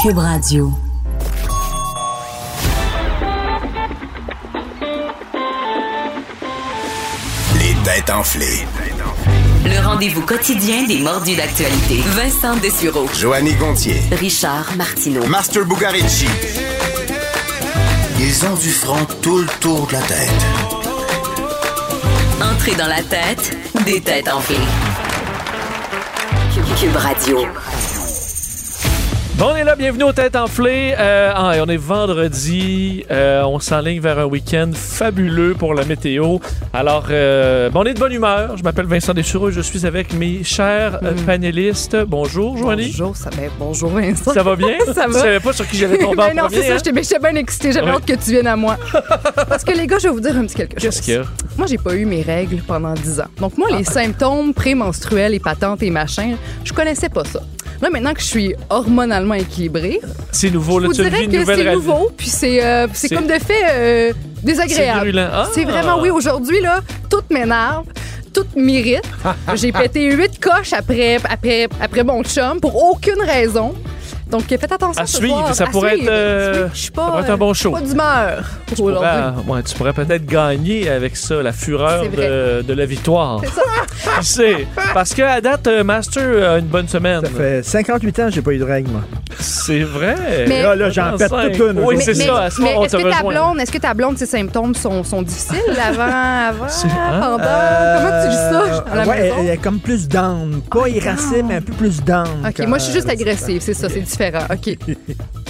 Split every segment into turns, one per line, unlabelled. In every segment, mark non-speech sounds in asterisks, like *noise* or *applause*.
Cube Radio.
Les têtes enflées.
Le rendez-vous quotidien des mordus d'actualité. Vincent Dessureau.
Joanny Gontier.
Richard Martineau.
Master Bugarici. Ils ont du front tout le tour de la tête.
Entrée dans la tête des têtes enflées. Cube- Cube Radio.
Bon, on est là, bienvenue aux Têtes Enflées. Euh, ah, et on est vendredi, euh, on s'enligne vers un week-end fabuleux pour la météo. Alors, euh, ben, on est de bonne humeur. Je m'appelle Vincent Dessureau, je suis avec mes chers
Mm.
euh, panélistes. Bonjour, Joanie.
Bonjour, ça va. Bonjour, Vincent.
Ça va bien?
*laughs* Ça
Je
va.
savais pas sur qui
*laughs*
j'allais tomber
Ben
en
non, c'est
premier.
ça,
hein?
j'étais mais j'étais bien excitée, j'avais
Ouais.
hâte que tu viennes à moi. Parce que les gars, je vais vous dire un petit quelque chose.
Qu'est-ce qu'il y a? Ah.
Moi, j'ai pas eu mes règles pendant 10 ans. Donc moi, les symptômes prémenstruels et patentes et machin, je connaissais pas ça. Là, maintenant que je suis hormonalement équilibrée,
C'est nouveau,
je
là,
vous
tu vis
dirais
une
que
nouvelle
c'est
radio.
nouveau, puis c'est euh, c'est
C'est-
comme de fait euh,
C'est
désagréable.
virulent. Ah!
C'est vraiment, oui, aujourd'hui, là, tout m'énerve, tout
*laughs*
m'irrite. J'ai pété huit coches après, après, après mon chum pour aucune raison. Donc, faites attention
À
ce
suivre,
soir.
ça
À
pourrait
suivre.
être, euh,
Je suis
ça
pas,
pourrait être un bon
euh,
show.
pas d'humeur pour
Tu pourrais-
aujourd'hui.
ouais, tu pourrais peut-être gagner avec ça la fureur
C'est vrai.
de, de la victoire.
C'est ça.
*laughs* Qui sait? Parce que à date, euh, Master a une bonne semaine.
Ça fait 58 ans que j'ai pas eu de règles, moi.
C'est vrai.
Mais-
Là, là, j'en pète toute une.
Oui,
aujourd'hui.
c'est ça. à ce
mais
moment, on
est-ce
te
que, ta
rejoint.
blonde, est-ce que ta blonde, ses symptômes sont, sont difficiles avant,
*laughs*
avant,
C'est- hein?
pendant?
Euh,
Comment tu vis ça à la
ouais,
maison? Ah,
elle, elle est comme plus down. Pas irascible, mais un peu plus Euh, down.
OK,
quand-
moi, je suis juste agressive, c'est ça, c'est différent. OK.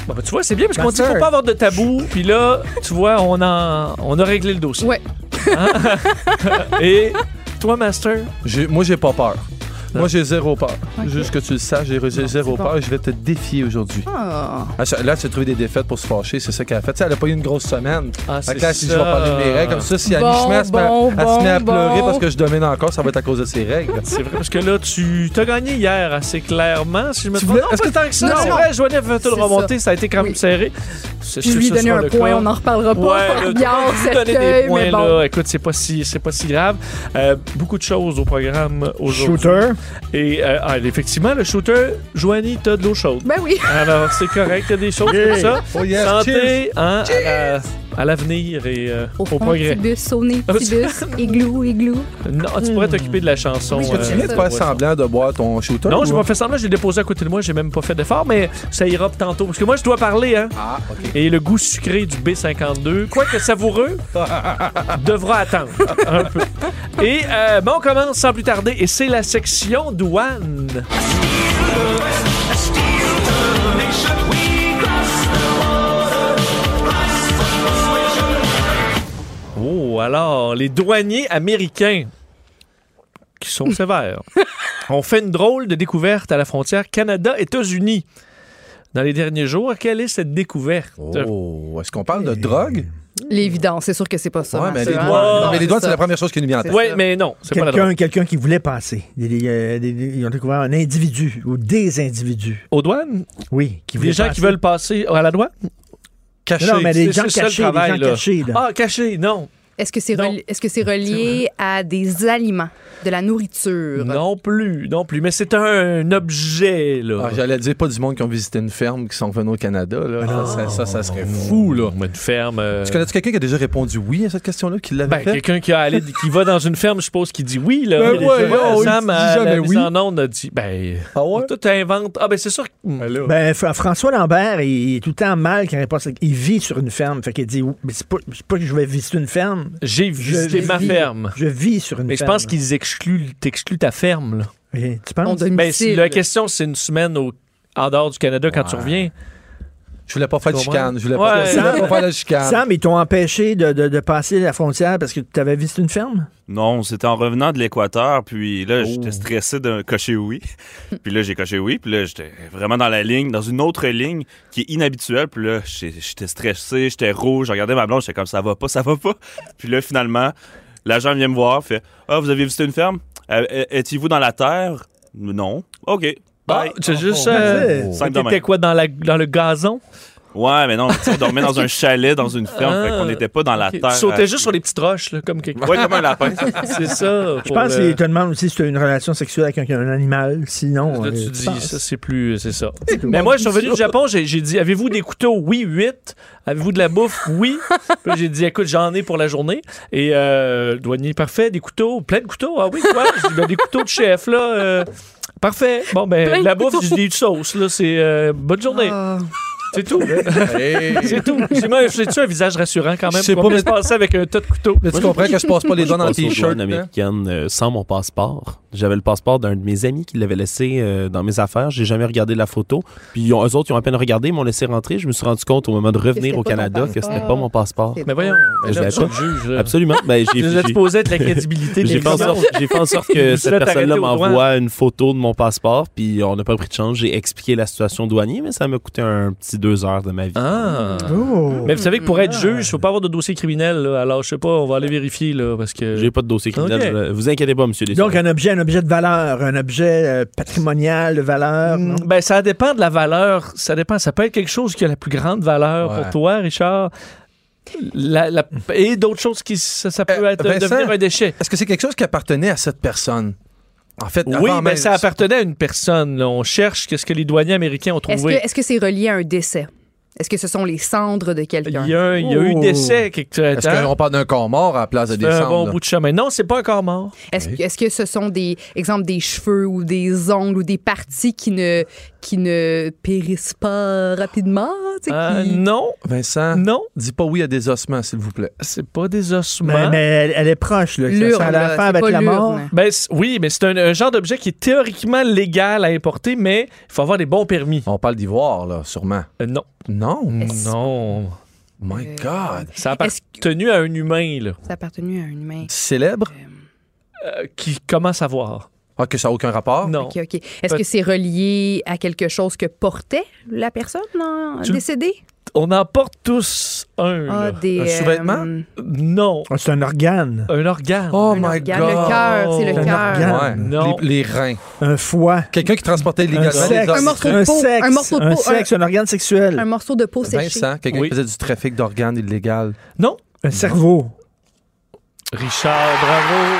Bon, ben, tu vois, c'est bien parce qu'on dit
Master.
faut pas avoir de tabou. Puis là, tu vois, on, en, on a réglé le dossier.
Ouais.
Hein? Et toi, Master,
J'ai- moi, j'ai pas peur. Moi, j'ai zéro peur.
Ah. Ok.
Juste que tu le saches, j'ai j'ai zéro
bon.
peur et je vais te défier aujourd'hui.
Ah.
Ah, ça- Là, tu as trouvé des défaites pour se fâcher, c'est ça qu'elle a fait. Tu sais, elle a pas eu une grosse semaine.
Ah,
Fait
c'est
que là, si
ça.
je vais parler de mes règles, comme ça, si à
Bon,
mi-chemin, elle se met à-
bon,
elle se met à
bon,
pleurer
bon.
parce que je domine encore, ça va être à cause de
*laughs*
ses règles.
c'est vrai parce que là, tu as gagné hier assez clairement, si je me
Tu
trompe.
voulais-
Non, Est-ce que tant que ça,
Non,
c'est
non.
vrai, Joanie avait fait tout le
C'est
remonter, ça. a été quand même
Oui.
serré. C'est-
Puis
c'est-
lui
ce
donner
sera
un
le
point,
coin.
on n'en reparlera pas. *laughs*
Ouais,
Biard,
là, donner
cercueil,
des points,
mais bon.
là. Écoute, c'est pas si, c'est pas si grave. Euh, beaucoup de choses au programme aujourd'hui.
Shooter.
Et euh, ah, effectivement, le shooter, Joanie, t'as de l'eau chaude.
Ben oui.
Alors, c'est correct, il y a des choses comme ça.
Oh yes, cheers.
Santé hein, à la- à l'avenir et euh, au,
fond,
progrès.
Petit bus, sonné,
*laughs* Ah,
petit bus, igloo, igloo.
Non, tu pourrais t'occuper de la chanson. euh,
Oui, je me
Tu viens de
ça.
faire semblant de boire ton shooter?
Non,
ou-
je m'en fais semblant, je l'ai déposé à côté de moi, j'ai même pas fait d'effort, mais ça ira pour tantôt. Parce que moi, je dois parler, hein.
Ah, OK.
Et le goût sucré du B52, quoique
*laughs*
savoureux, devra attendre un peu. Et euh, ben, on commence sans plus tarder, et c'est la section douane. Oh, alors, les douaniers américains qui sont *laughs* sévères ont fait une drôle de découverte à la frontière Canada-États-Unis. Dans les derniers jours, quelle est cette découverte? Euh,
Oh, est-ce qu'on parle de drogue?
L'évidence, c'est sûr que c'est pas ça.
Ouais, mais
Mathieu,
les
hein?
doigts, non, mais les
c'est
doigts,
ça.
c'est la première chose qui nous vient en tête.
Oui,
ça.
mais non, c'est pas la drogue.
Quelqu'un quelqu'un qui voulait passer. Des- des- euh, des- des- Ils ont découvert un individu ou des individus.
Aux douanes,
Oui, qui voulaient
les gens qui
passer.
veulent passer à la douane?
Caché.
Non, mais les
C'est
gens
ça,
cachés.
le travail,
les gens
là.
cachés, là.
Ah, caché, non.
Est-ce que c'est
Non.
relié, est-ce que c'est relié à des aliments, de la nourriture?
Non plus, non plus. Mais c'est un objet, là.
Ah, J'allais dire pas du monde qui ont visité une ferme qui sont venus au Canada. Là.
Ah.
Ça, ça, ça, ça serait fou, là.
Une ferme. euh,
Tu connais-tu quelqu'un qui a déjà répondu oui à cette question-là, qui l'avait
ben,
fait?
quelqu'un qui, a allé- qui va dans une ferme, je suppose, qui dit oui, là.
Ben
Mais
ouais,
déjà,
oh, il
Sam,
dit
à la
jamais
mise
oui.
en onde, a dit, ben,
Ah ouais?
tout invente. Ah, ben, c'est sûr que...
Ben, Fra- François Lambert, il, il est tout le temps mal quand il passe. Il vit sur une ferme. Fait qu'il dit Mais c'est pas, c'est pas que je vais visiter une ferme.
J'ai
Je
visité
vis-
ma ferme.
Je vis sur une
Mais je
ferme.
pense qu'ils excluent, t'excluent ta ferme, là.
Oui, Tu penses?
On donne
Ben, si- la question, c'est une semaine au- en dehors du Canada quand tu reviens.
Je voulais pas faire de
comprends?
chicane. Je voulais pas,
Ouais.
je voulais pas faire de
Ah.
chicane.
Sam, ils t'ont empêché de, de- de passer la frontière parce que tu avais visité une ferme?
Non, c'était en revenant de l'Équateur, puis là,
Oh.
j'étais stressé de cocher oui. *laughs* puis là, j'ai coché oui, puis là, j'étais vraiment dans la ligne, dans une autre ligne qui est inhabituelle. Puis là, j'ai- j'étais stressé, j'étais rouge, je regardais ma blonde, j'étais comme ça va pas, ça va pas. *laughs* Puis là, finalement, l'agent vient me voir, fait Ah, vous avez visité une ferme Euh, euh, Étiez-vous dans la terre Non. OK.
Ah,
Bye.
c'est juste.
Oh,
Ah,
euh,
mais
Simple de
T'étais
même.
quoi dans, la, dans le gazon?
Ouais, mais non, tu sais, on dormait
*laughs*
dans un chalet, dans une ferme,
Ah.
fait qu'on n'était pas dans la
Ok. Tu
terre.
sautais juste sur les petites roches, là, comme quelque
Ouais, comme un
*laughs*
lapin.
*laughs* C'est ça. euh,
Je pense qu'il te demande aussi si tu as une relation sexuelle avec un, un animal. Sinon, euh,
tu dis,
penses.
ça, c'est plus. C'est ça.
tout.
Mais moi, je suis revenu du Japon, j'ai j'ai dit Avez-vous des couteaux Oui, 8. Avez-vous de la bouffe Oui. Puis j'ai dit Écoute, j'en ai pour la journée. Et euh, le douanier, parfait, des couteaux, plein de couteaux. Ah oui, quoi Je dis Ben, Des couteaux de chef, là. euh, parfait. Bon,
Plein
ben,
de
la bouffe,
couteaux. Ah.
j'ai des sauces, là. C'est euh, bonne journée. C'est tout.
Hey.
*laughs*
C'est tout. J'ai même- J'ai-tu un visage rassurant quand même?
Je sais
pour
pas,
me
mais-
passer avec un tas de couteaux.
Mais tu comprends que je passe pas les doigts dans le
passe aux
t-shirt.
douanes
hein?
américaines euh, sans mon passeport. J'avais le passeport d'un de mes amis qui l'avait laissé euh, dans mes affaires. J'ai jamais regardé la photo. Puis ils ont, eux autres, ils ont à peine regardé, ils m'ont laissé rentrer. Je me suis rendu compte au moment de revenir
c'était
au
pas ton
Canada que c'était
passeport.
pas mon passeport.
C'est
Mais voyons,
Mais je
là,
l'ai
tu
pas.
me juges, là.
Absolument.
*laughs*
Ben, j'ai,
Tu nous
j'ai-
as supposé être la crédibilité
*laughs* j'ai
des
fait en
commandes.
sorte, j'ai fait en sorte que
Je vais
cette
t'arrêter
personne-là
aux
m'envoie une photo de mon passeport, puis on n'a pas pris de chance. J'ai expliqué la situation douanier, mais ça m'a coûté un petit deux heures de ma vie.
Ah.
Oh.
Mais vous savez que pour être juge, il faut pas avoir de dossier criminel. là. Alors, je sais pas, on va aller vérifier là, parce que.
J'ai pas de dossier criminel.
Ok.
je- Vous inquiétez pas, monsieur Deschamps.
Donc, un objet, un objet de valeur, un objet euh, patrimonial de valeur. non?
Mm, Ben, ça dépend de la valeur. Ça dépend. Ça peut être quelque chose qui a la plus grande valeur
Ouais.
pour toi, Richard. La- la- Et d'autres choses qui. Ça, ça peut
Euh,
être
Vincent?
devenir un déchet.
Est-ce que c'est quelque chose qui appartenait à cette personne? En fait,
Ah,
Oui,
avant
mais
même-
ça appartenait à une personne. là. On cherche qu'est-ce que les douaniers américains ont
Est-ce
trouvé.
que est-ce que c'est relié à un décès? Est-ce que ce sont les cendres de quelqu'un?
Il y a, il y a eu
Oh.
décès quelque
Est-ce
temps.
qu'on parle d'un corps mort à la place de
C'est un
décembre?
bon
là?
bout de chemin. Non, c'est pas encore mort.
Est-ce est-ce que ce sont des exemple des cheveux ou des ongles ou des parties qui ne qui ne périssent pas rapidement? tu sais,
Euh,
qui-
non,
Ah.
Vincent,
non,
dis pas oui à des ossements, s'il vous plaît.
c'est pas des ossements.
Mais, mais elle, elle est proche, là. Ça-
L'urne,
ça a
là,
l'affaire
c'est
avec
pas
la mort.
l'urne.
Ben, c- oui, mais c'est un, un genre d'objet qui est théoriquement légal à importer, mais il faut avoir des bons permis.
On parle d'ivoire, là, sûrement.
Euh, non.
Non.
Non.
My God.
Ça a
Est-ce que-
appartenu à un humain, là,
Ça a appartenu à un humain.
Célèbre?
euh, qui commence à voir.
Ah, que ça n'a aucun rapport?
Non.
Oh, OK, OK. Est-ce que c'est relié à quelque chose que portait la personne non,
Tu-
décédée?
On en porte tous un, là.
Ah, des,
Un sous-vêtement?
euh,
Non.
Ah, C'est un organe,
Un organe.
Oh
un
my
organe,
God.
Le cœur, c'est le
Un
cœur.
organe.
Ouais.
Non.
Les, les reins.
un foie,
Quelqu'un qui transportait
un
illégalement des
sexe,
Un morceau de
un
organes.
peau,
sexe,
un morceau de
un
peau,
sexe, un organe
Un
sexuel,
morceau de peau séchée.
Vincent, quelqu'un
Oui.
qui faisait du trafic d'organes illégal.
Non.
un cerveau.
Richard, bravo.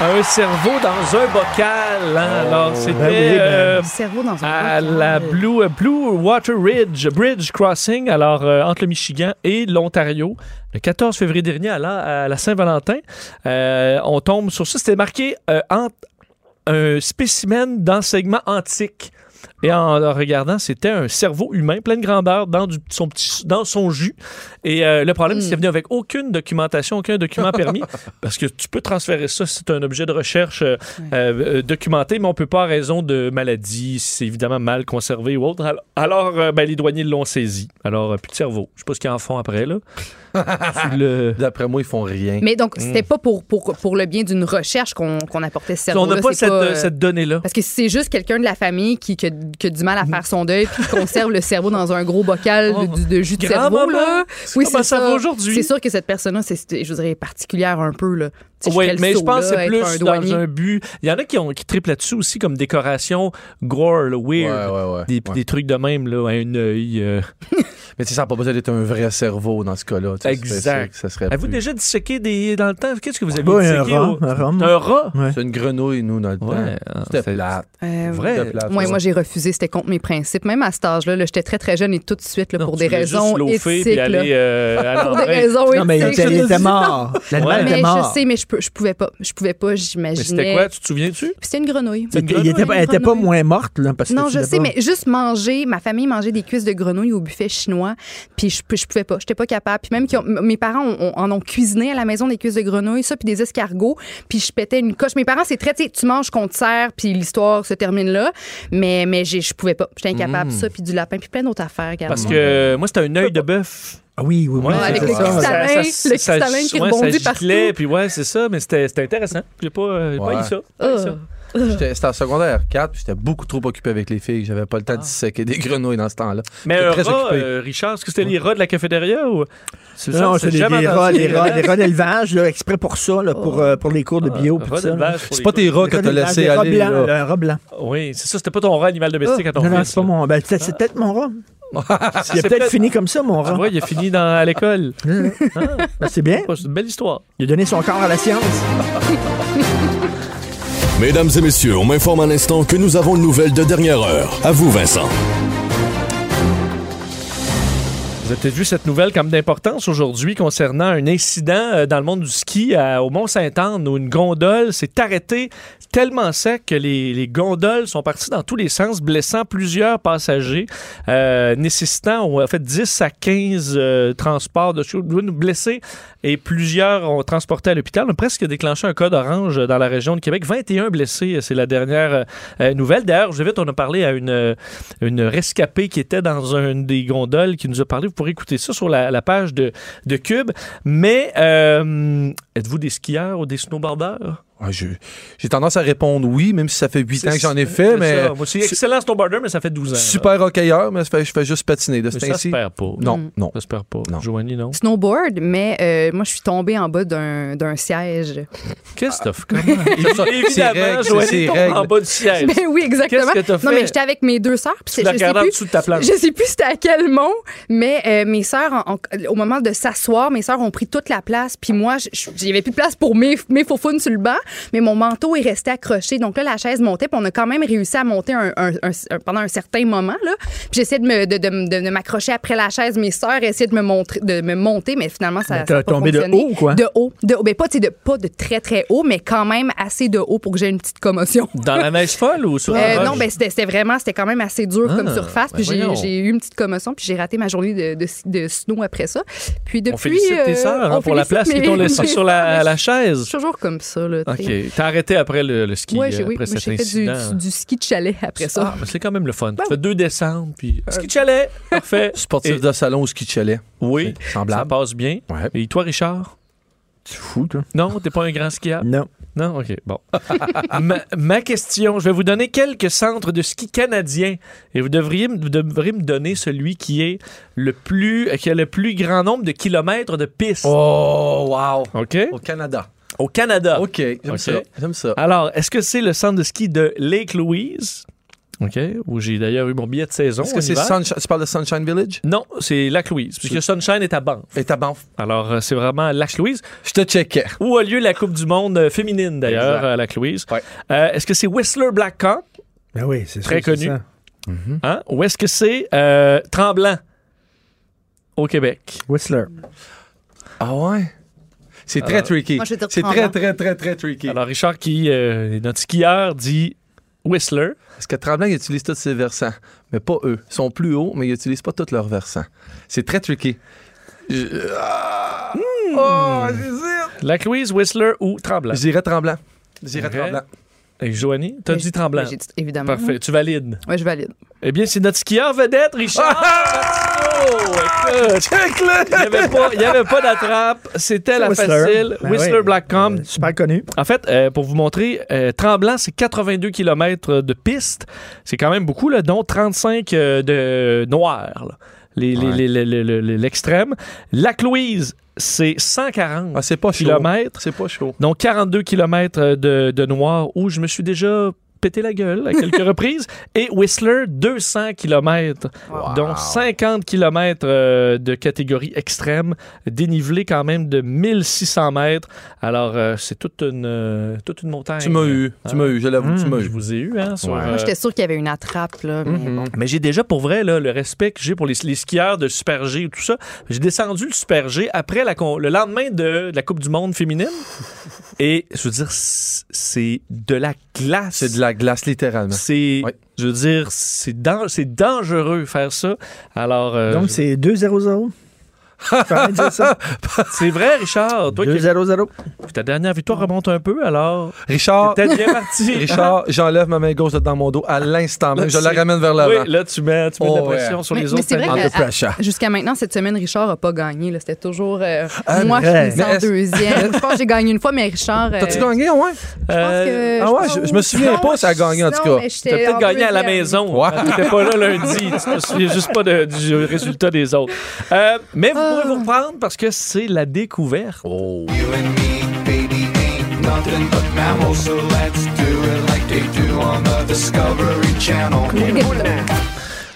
Un cerveau dans un bocal. hein. Alors, c'était
ben oui, ben.
euh,
Le cerveau dans un
à
bocal.
la Blue, euh, Blue Water Ridge Bridge Crossing, alors euh, entre le Michigan et l'Ontario, le 14 février dernier à la, à la Saint-Valentin. Euh, on tombe sur ça. C'était marqué euh, ant- un spécimen d'enseignement antique. Et en, en regardant, c'était un cerveau humain, pleine grandeur, dans, du- son, petit, dans son jus. Et euh, le problème, c'est qu'il est venu avec aucune documentation, aucun document permis, parce que tu peux transférer ça si c'est un objet de recherche euh, euh, euh, documenté, mais on peut pas à raison de maladie, si c'est évidemment mal conservé ou autre. Alors, alors, euh, ben, les douaniers l'ont saisi. Alors, euh, plus de cerveau. Je sais pas ce qu'ils en font après, là. Tu le-
D'après moi, ils font rien.
Mais
Hmm.
donc, c'était pas pour, pour, pour le bien d'une recherche qu'on qu'on apportait ce cerveau.
On n'a pas cette, euh, cette donnée-là.
Parce que si c'est juste quelqu'un de la famille qui, qui, a, qui a du mal à
Hmm.
faire son deuil puis qui conserve le cerveau dans un gros bocal
Oh,
de, de- de jus de
Grand-maman,
cerveau, là.
c'est comment Ah, ben, ça va aujourd'hui?
C'est sûr que cette personne-là, c'est, c'est- je dirais, particulière un peu, là. Tu sais,
Oui,
ferais le
mais je
saut,
pense que
là,
c'est
être
plus dans
douanier.
un but. Il y en a qui, ont, qui triplent là-dessus aussi comme décoration gore, là,
Ouais,
weird.
ouais, ouais.
Des,
Ouais.
des trucs de même, là, à un œil. euh.
Mais tu sais, ça n'a pas besoin d'être un vrai cerveau dans ce cas-là. tu sais,
Exact.
c'est- Ça serait
Avez-vous
plus-
déjà disséqué des, dans le temps? Qu'est-ce que vous avez
Ouais, un
disséqué?
rat,
au-
un rat, moi.
Un rat?
C'est une grenouille, nous, dans le
Ouais, Ah,
temps. C'était
c'est-
plate.
Euh,
Vrai.
C'était plate.
Ouais, moi, j'ai refusé. C'était contre mes principes. Même à cet âge-là, là, j'étais très, très jeune et tout de suite, là,
Non,
pour
tu
des
voulais
raisons
juste loafer
éthiques.
puis
là.
aller euh, à
*laughs* pour des
l'entrée.
raisons
Non, mais il
éthiques. Ah,
était, il était mort. L'animal
Ouais.
était
Mais je
mort.
sais, mais je, peux, je pouvais pas. Je pouvais pas,
Mais
j'imaginais.
c'était quoi? Ah, Tu te souviens-tu?
C'était une grenouille.
Il était- il était pas- elle n'était pas moins morte, là, parce que
Non,
tu
je
l'as
sais,
pas-
mais juste manger, ma famille mangeait des cuisses de grenouille au buffet chinois, puis je, je pouvais pas, j'étais pas capable. Puis même qu'ils ont- m- mes parents ont- ont- en ont cuisiné à la maison des cuisses de grenouille, ça, puis des escargots, puis je pétais une coche. Mes parents, c'est très, tu sais, tu manges qu'on te sert, puis l'histoire se termine là, mais, mais j'ai- je pouvais pas, j'étais incapable, ça, puis du lapin, puis plein d'autres affaires. regarde.
Mm. Parce que euh, moi, c'était un œil de bœuf.
Ah oui, oui, oui.
Ouais,
c'est
avec le
ça.
cristal. cristallin, le cristallin qui rebondit
ça
partout.
giclait, puis ouais, c'est ça, mais c'était c'était intéressant. J'ai pas, euh, j'ai pas
Ouais.
eu ça.
Ah.
Pas eu ça.
J'étais c'était en secondaire 4, puis j'étais beaucoup trop occupé avec les filles. J'avais pas le temps de disséquer des grenouilles dans ce temps-là.
Ah. Mais
J'étais
un
très
rat,
occupé.
euh, Richard, est-ce que c'était les rats de la cafétéria ou. C'est ça,
Non,
on
c'est
s'est
des,
jamais
des
entendu
rats, des
les
rats, des rats d'élevage, là, exprès pour ça, là, pour, euh, pour les cours de bio. puis
Rats
tout ça, là.
Ah, d'élevage pour
C'est
les
pas tes rats
Des
que
rats
t'as
d'élevage,
laissé
des rats
aller.
blancs,
là.
Un rat blanc.
gars. Oui, c'est ça, Ah. c'était pas ton rat animal domestique à ton
Oh. Non, non,
fils,
c'est pas
là. *laughs*
mon. Ben, c'est c'est peut-être mon rat. Il a peut-être fini comme ça, mon
Tu
rang.
vois, il a fini dans, à l'école.
Ben, c'est bien.
Ouais, C'est une belle histoire.
Il a donné son corps à la science.
Mesdames et messieurs, on m'informe à l'instant que nous avons une nouvelle de dernière heure. À vous, Vincent.
Vous avez peut-être vu cette nouvelle comme d'importance aujourd'hui concernant un incident euh, dans le monde du ski à- au Mont-Saint-Anne où une gondole s'est arrêtée tellement sec que les, les gondoles sont parties dans tous les sens, blessant plusieurs passagers, euh, nécessitant ou, en fait 10 à 15 euh, transports de nous blessés et plusieurs ont transporté à l'hôpital. On a presque déclenché un code orange euh, dans la région de Québec. 21 blessés, euh, c'est la dernière euh, euh, nouvelle. D'ailleurs, je vais vite, on a parlé à une, euh, une rescapée qui était dans une des gondoles qui nous a parlé. Vous pourrez écouter ça sur la, la page de, de Cube. Mais euh, êtes-vous des skieurs ou des snowboarders?
Ouais, Ah, je- J'ai tendance à répondre oui, même si ça fait 8 ans que j'en ai fait,
C'est
mais
ça. Moi aussi, excellent snowboarder, mais ça fait 12 ans. là.
super hockeyeur, mais je fais, je fais juste patiner de ce
Mais ça se
temps-ci.
perd pas.
Mm.
Non, non.
Ça se perd pas.
Non. Ah.
Joanie, non.
Snowboard, mais euh, moi, je suis tombée en bas d'un d'un siège.
Qu'est-ce que
*laughs*
t'as fait? Comment?
C'est
*laughs* Évidemment,
règle, c'est
Joanie
ses
tombe
règles.
en
*laughs*
bas du siège.
*laughs* Ben oui, exactement.
Qu'est-ce que t'as
Non,
fait?
mais j'étais avec mes deux sœurs. puis
Tu
c'est-
la
je sais
regardes en
plus-
dessous de ta planche.
Je sais plus c'était à quel mont, mais euh, mes sœurs, en- en- au moment de s'asseoir, mes sœurs ont pris toute la place. Puis moi, je- je- j'avais plus de place pour mes, mes faufounes sur le banc, mais mon manteau est resté accroché. Donc là, la chaise montait, puis on a quand même réussi à monter un, un- un- un- pendant un certain moment. Là. Puis j'essayais de, me- de, de, de- de m'accrocher après la chaise. Mes sœurs essayaient de me, montrer, de me monter, mais finalement, ça
Mais
ça
t'as
a pas
tombé de
fonctionné.
haut ou quoi?
De haut. De haut. Ben, pas, tu sais, de, pas de très, très haut, mais quand même assez de haut pour que j'ai une petite commotion.
Dans la neige folle ou sur
Euh,
la
non,
roche?
ben c'était c'était vraiment, c'était quand même assez dur
Ah,
comme surface. Puis
ben
j'ai-
voyons.
j'ai eu une petite commotion, puis j'ai raté ma journée de, de, de snow après ça. Puis depuis,
On félicite tes
euh,
sœurs hein,
on
pour la place
félicite
qu'ils
mes-
t'ont laissée
mes
sur la,
sœurs,
la
mais Je
chaise.
suis toujours comme ça. Là, tu sais.
OK. T'as arrêté après le, le ski,
Ouais,
euh,
j'ai oui,
après
moi,
cet
j'ai fait du,
incident.
du- du ski de chalet après ça.
Ah, mais c'est quand même le fun.
Ben
tu fais deux descentes, puis...
Euh,
Ski de chalet!
*laughs*
Parfait.
Sportif
Et-
de salon ou ski de chalet.
Oui, ça
Semblable.
passe bien.
Ouais.
Et toi, Richard?
Tu fous, toi?
Non, t'es pas un grand skieur?
Non.
Non? OK, bon. *laughs* ma, ma question, je vais vous donner quelques centres de ski canadiens et vous devriez, me- vous devrez me donner celui qui est le plus... qui a le plus grand nombre de kilomètres de pistes.
Oh, wow.
OK?
Au Canada.
Au Canada.
Ah, OK, Ah, j'aime
OK.
ça. J'aime ça.
Alors, est-ce que c'est le centre de ski de Lake Louise? OK, où j'ai d'ailleurs eu mon billet de saison.
Est-ce que
en
c'est
hiver.
Sunshine? Tu parles de Sunshine Village?
Non, c'est Lac Louise, puisque Sunshine est à Banff.
Et ta banf.
Alors, euh, c'est vraiment Lac Louise,
Je te checkais.
où a lieu la Coupe du Monde euh, féminine, d'ailleurs,
Exact.
à Lac Louise.
Ouais.
Euh, est-ce que c'est Whistler Black Hawk,
Ben oui, c'est
Très
sûr,
connu.
c'est ça.
hein, ou est-ce que c'est euh, Tremblant au Québec?
Whistler.
Ah ouais? C'est très tricky.
Moi, je vais hein. dire
C'est très,
tremblant.
très, très, très tricky.
Alors, Richard, qui euh, est notre skieur, dit Whistler.
Parce que Tremblant, ils utilisent tous ses versants, mais pas eux. Ils sont plus hauts, mais ils n'utilisent pas tous leurs versants. C'est très tricky. Je... Ah! Oh, j'hésite!
Lac Louise, Whistler ou Tremblant?
Je dirais Tremblant. Je dirais
Ok.
Tremblant.
Et Joanie, t'as
Mais
dit
j'ai-
Tremblant.
mais j'ai dit- évidemment.
Parfait, tu valides.
Ouais, je valide.
Eh bien, c'est notre skieur vedette, Richard. Martineau. Écoute, Il n'y avait pas, il y avait pas d'attrape. C'était la
Whistler.
facile.
Ben
Whistler
oui.
Blackcomb.
Euh, Super connu.
En fait, euh, pour vous montrer, euh, Tremblant, c'est 82 km de piste. C'est quand même beaucoup, là, dont 35 euh, de noirs. là. Les- les- les- les- les- les- les- L'extrême. Lac Louise, c'est 140
Ah, c'est pas chaud.
km.
C'est pas chaud.
Donc 42 km de, de noir où je me suis déjà pété la gueule à quelques reprises. Et Whistler, 200 km, dont 50 km euh, de catégorie extrême, dénivelé quand même de 1600 mètres. Alors, euh, c'est toute une, euh, toute une montagne.
Tu m'as eu.
Ah.
Tu m'as eu, je l'avoue, tu m'as
Je
eu.
vous ai eu, hein, sur,
Ouais.
euh, Mhm.
Moi, j'étais sûre qu'il y avait une attrape. Là, mais bon.
mais j'ai déjà, pour vrai, là, le respect que j'ai pour les, les skieurs de Super G et tout ça, j'ai descendu le Super G après la, con- le lendemain de, de la Coupe du Monde féminine.
*laughs*
Et je veux dire, c- c'est de la glace.
C'est de la glace, littéralement.
C'est,
Ouais.
je veux dire, c'est, dan- c'est dangereux faire ça. Alors, euh, *laughs*
Donc,
c'est...
c'est 2-0-0. Tu peux arrêter de dire ça?
vrai, Richard. Toi, qui-
2-0-0.
ta dernière victoire remonte un peu, alors
Richard,
t'es bien parti.
Oh. Ah. *laughs* Richard, j'enlève ma main gauche de dans mon dos à l'instant même.
Là,
Je la
c'est-
ramène vers
oui,
l'avant.
là, tu mets, tu mets de la
Oh, ouais.
pression sur
Mais-
les
mais
autres.
c'est vrai
Under
que-
pressure.
à- jusqu'à maintenant, cette semaine, Richard n'a pas gagné. là. C'était toujours euh,
Ah,
moi,
mais-
je suis
mais
en
est-ce-
*laughs*
deuxième. je pense que j'ai gagné une fois, mais Richard. euh,
T'as-tu gagné, ouais?
Euh,
je pense que-
ah ouais,
pense-
je- je me souviens pas si elle a gagné, en
non,
tout cas.
mais
T'as
j'étais
peut-être
en
gagné à la
deuxième.
maison.
Ouais.
T'étais pas là lundi. Tu te souviens juste pas de- du résultat des autres. Euh, mais vous pourrez vous reprendre parce que c'est la découverte.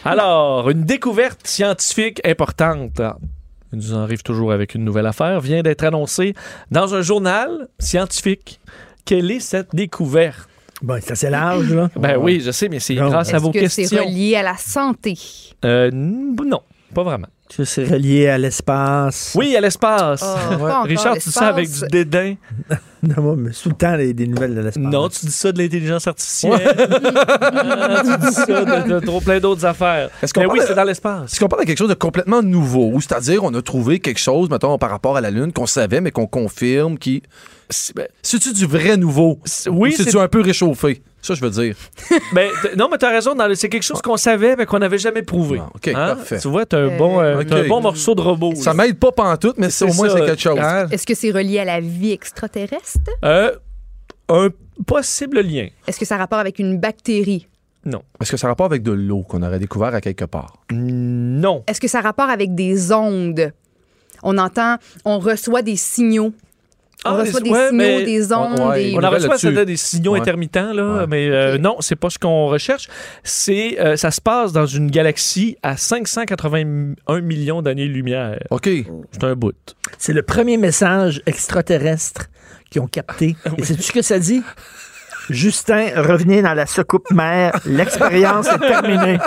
Alors, une découverte scientifique importante. Ah, Il nous en arrive toujours avec une nouvelle affaire. Vient d'être annoncée dans un journal scientifique. Quelle est cette découverte?
Bon, c'est assez large, là.
Ben oui, je sais, mais c'est
Non.
grâce à
Est-ce
vos
que c'est
questions.
relié à la santé?
Euh, n- non, pas vraiment.
Ça, C'est relié à l'espace.
Oui, à l'espace.
Ah, pas encore
Richard, tu dis ça avec du
l'espace.
dédain.
Non, moi, mais sous le temps des, des nouvelles de l'espace.
Non, tu dis ça de l'intelligence artificielle. *laughs* Ah, tu dis ça de, de trop plein d'autres affaires.
Est-ce qu'on
Mais oui,
parle de-
c'est dans l'espace.
Est-ce qu'on parle de quelque chose de complètement nouveau? Ou C'est-à-dire, on a trouvé quelque chose, mettons, par rapport à la Lune, qu'on savait, mais qu'on confirme, qui. C'est- ben, C'est-tu du vrai nouveau?
oui,
Ou c'est-tu
c'est-
un peu réchauffé? Ça, je veux dire.
Mais Ben, t- non, mais t'as raison. dans le- C'est quelque chose qu'on savait, mais qu'on n'avait jamais prouvé. Hein?
Ah, OK, parfait.
Tu vois, t'as un,
Euh,
bon, euh, t'as un
OK.
bon morceau de robot.
Ça
là.
m'aide pas pantoute, mais c'est- au
C'est
moins,
ça,
c'est quelque chose.
hein?
Est-ce que c'est relié à la vie extraterrestre?
Euh, un possible lien.
Est-ce que ça a rapport avec une bactérie?
Est-ce que ça a rapport avec de l'eau qu'on aurait découvert à quelque part?
Non.
Est-ce que ça a rapport avec des ondes? On entend, on reçoit des signaux. On
Ah,
reçoit
les-
des
ouais,
signaux,
mais
des ondes,
ouais,
des...
Une
On a reçu
nouvelle
ça
là-dessus.
donne des signaux
Ouais.
intermitents, là,
Ouais.
mais euh,
Ok.
non, c'est pas ce qu'on recherche. C'est, euh, ça se passe dans une galaxie à 581 millions d'années-lumière.
OK.
C'est un bout.
C'est le premier message extraterrestre qu'ils ont capté. Et sais-tu ce que ça dit? Justin, revenez dans la secoupe mère. L'expérience est *laughs* terminée.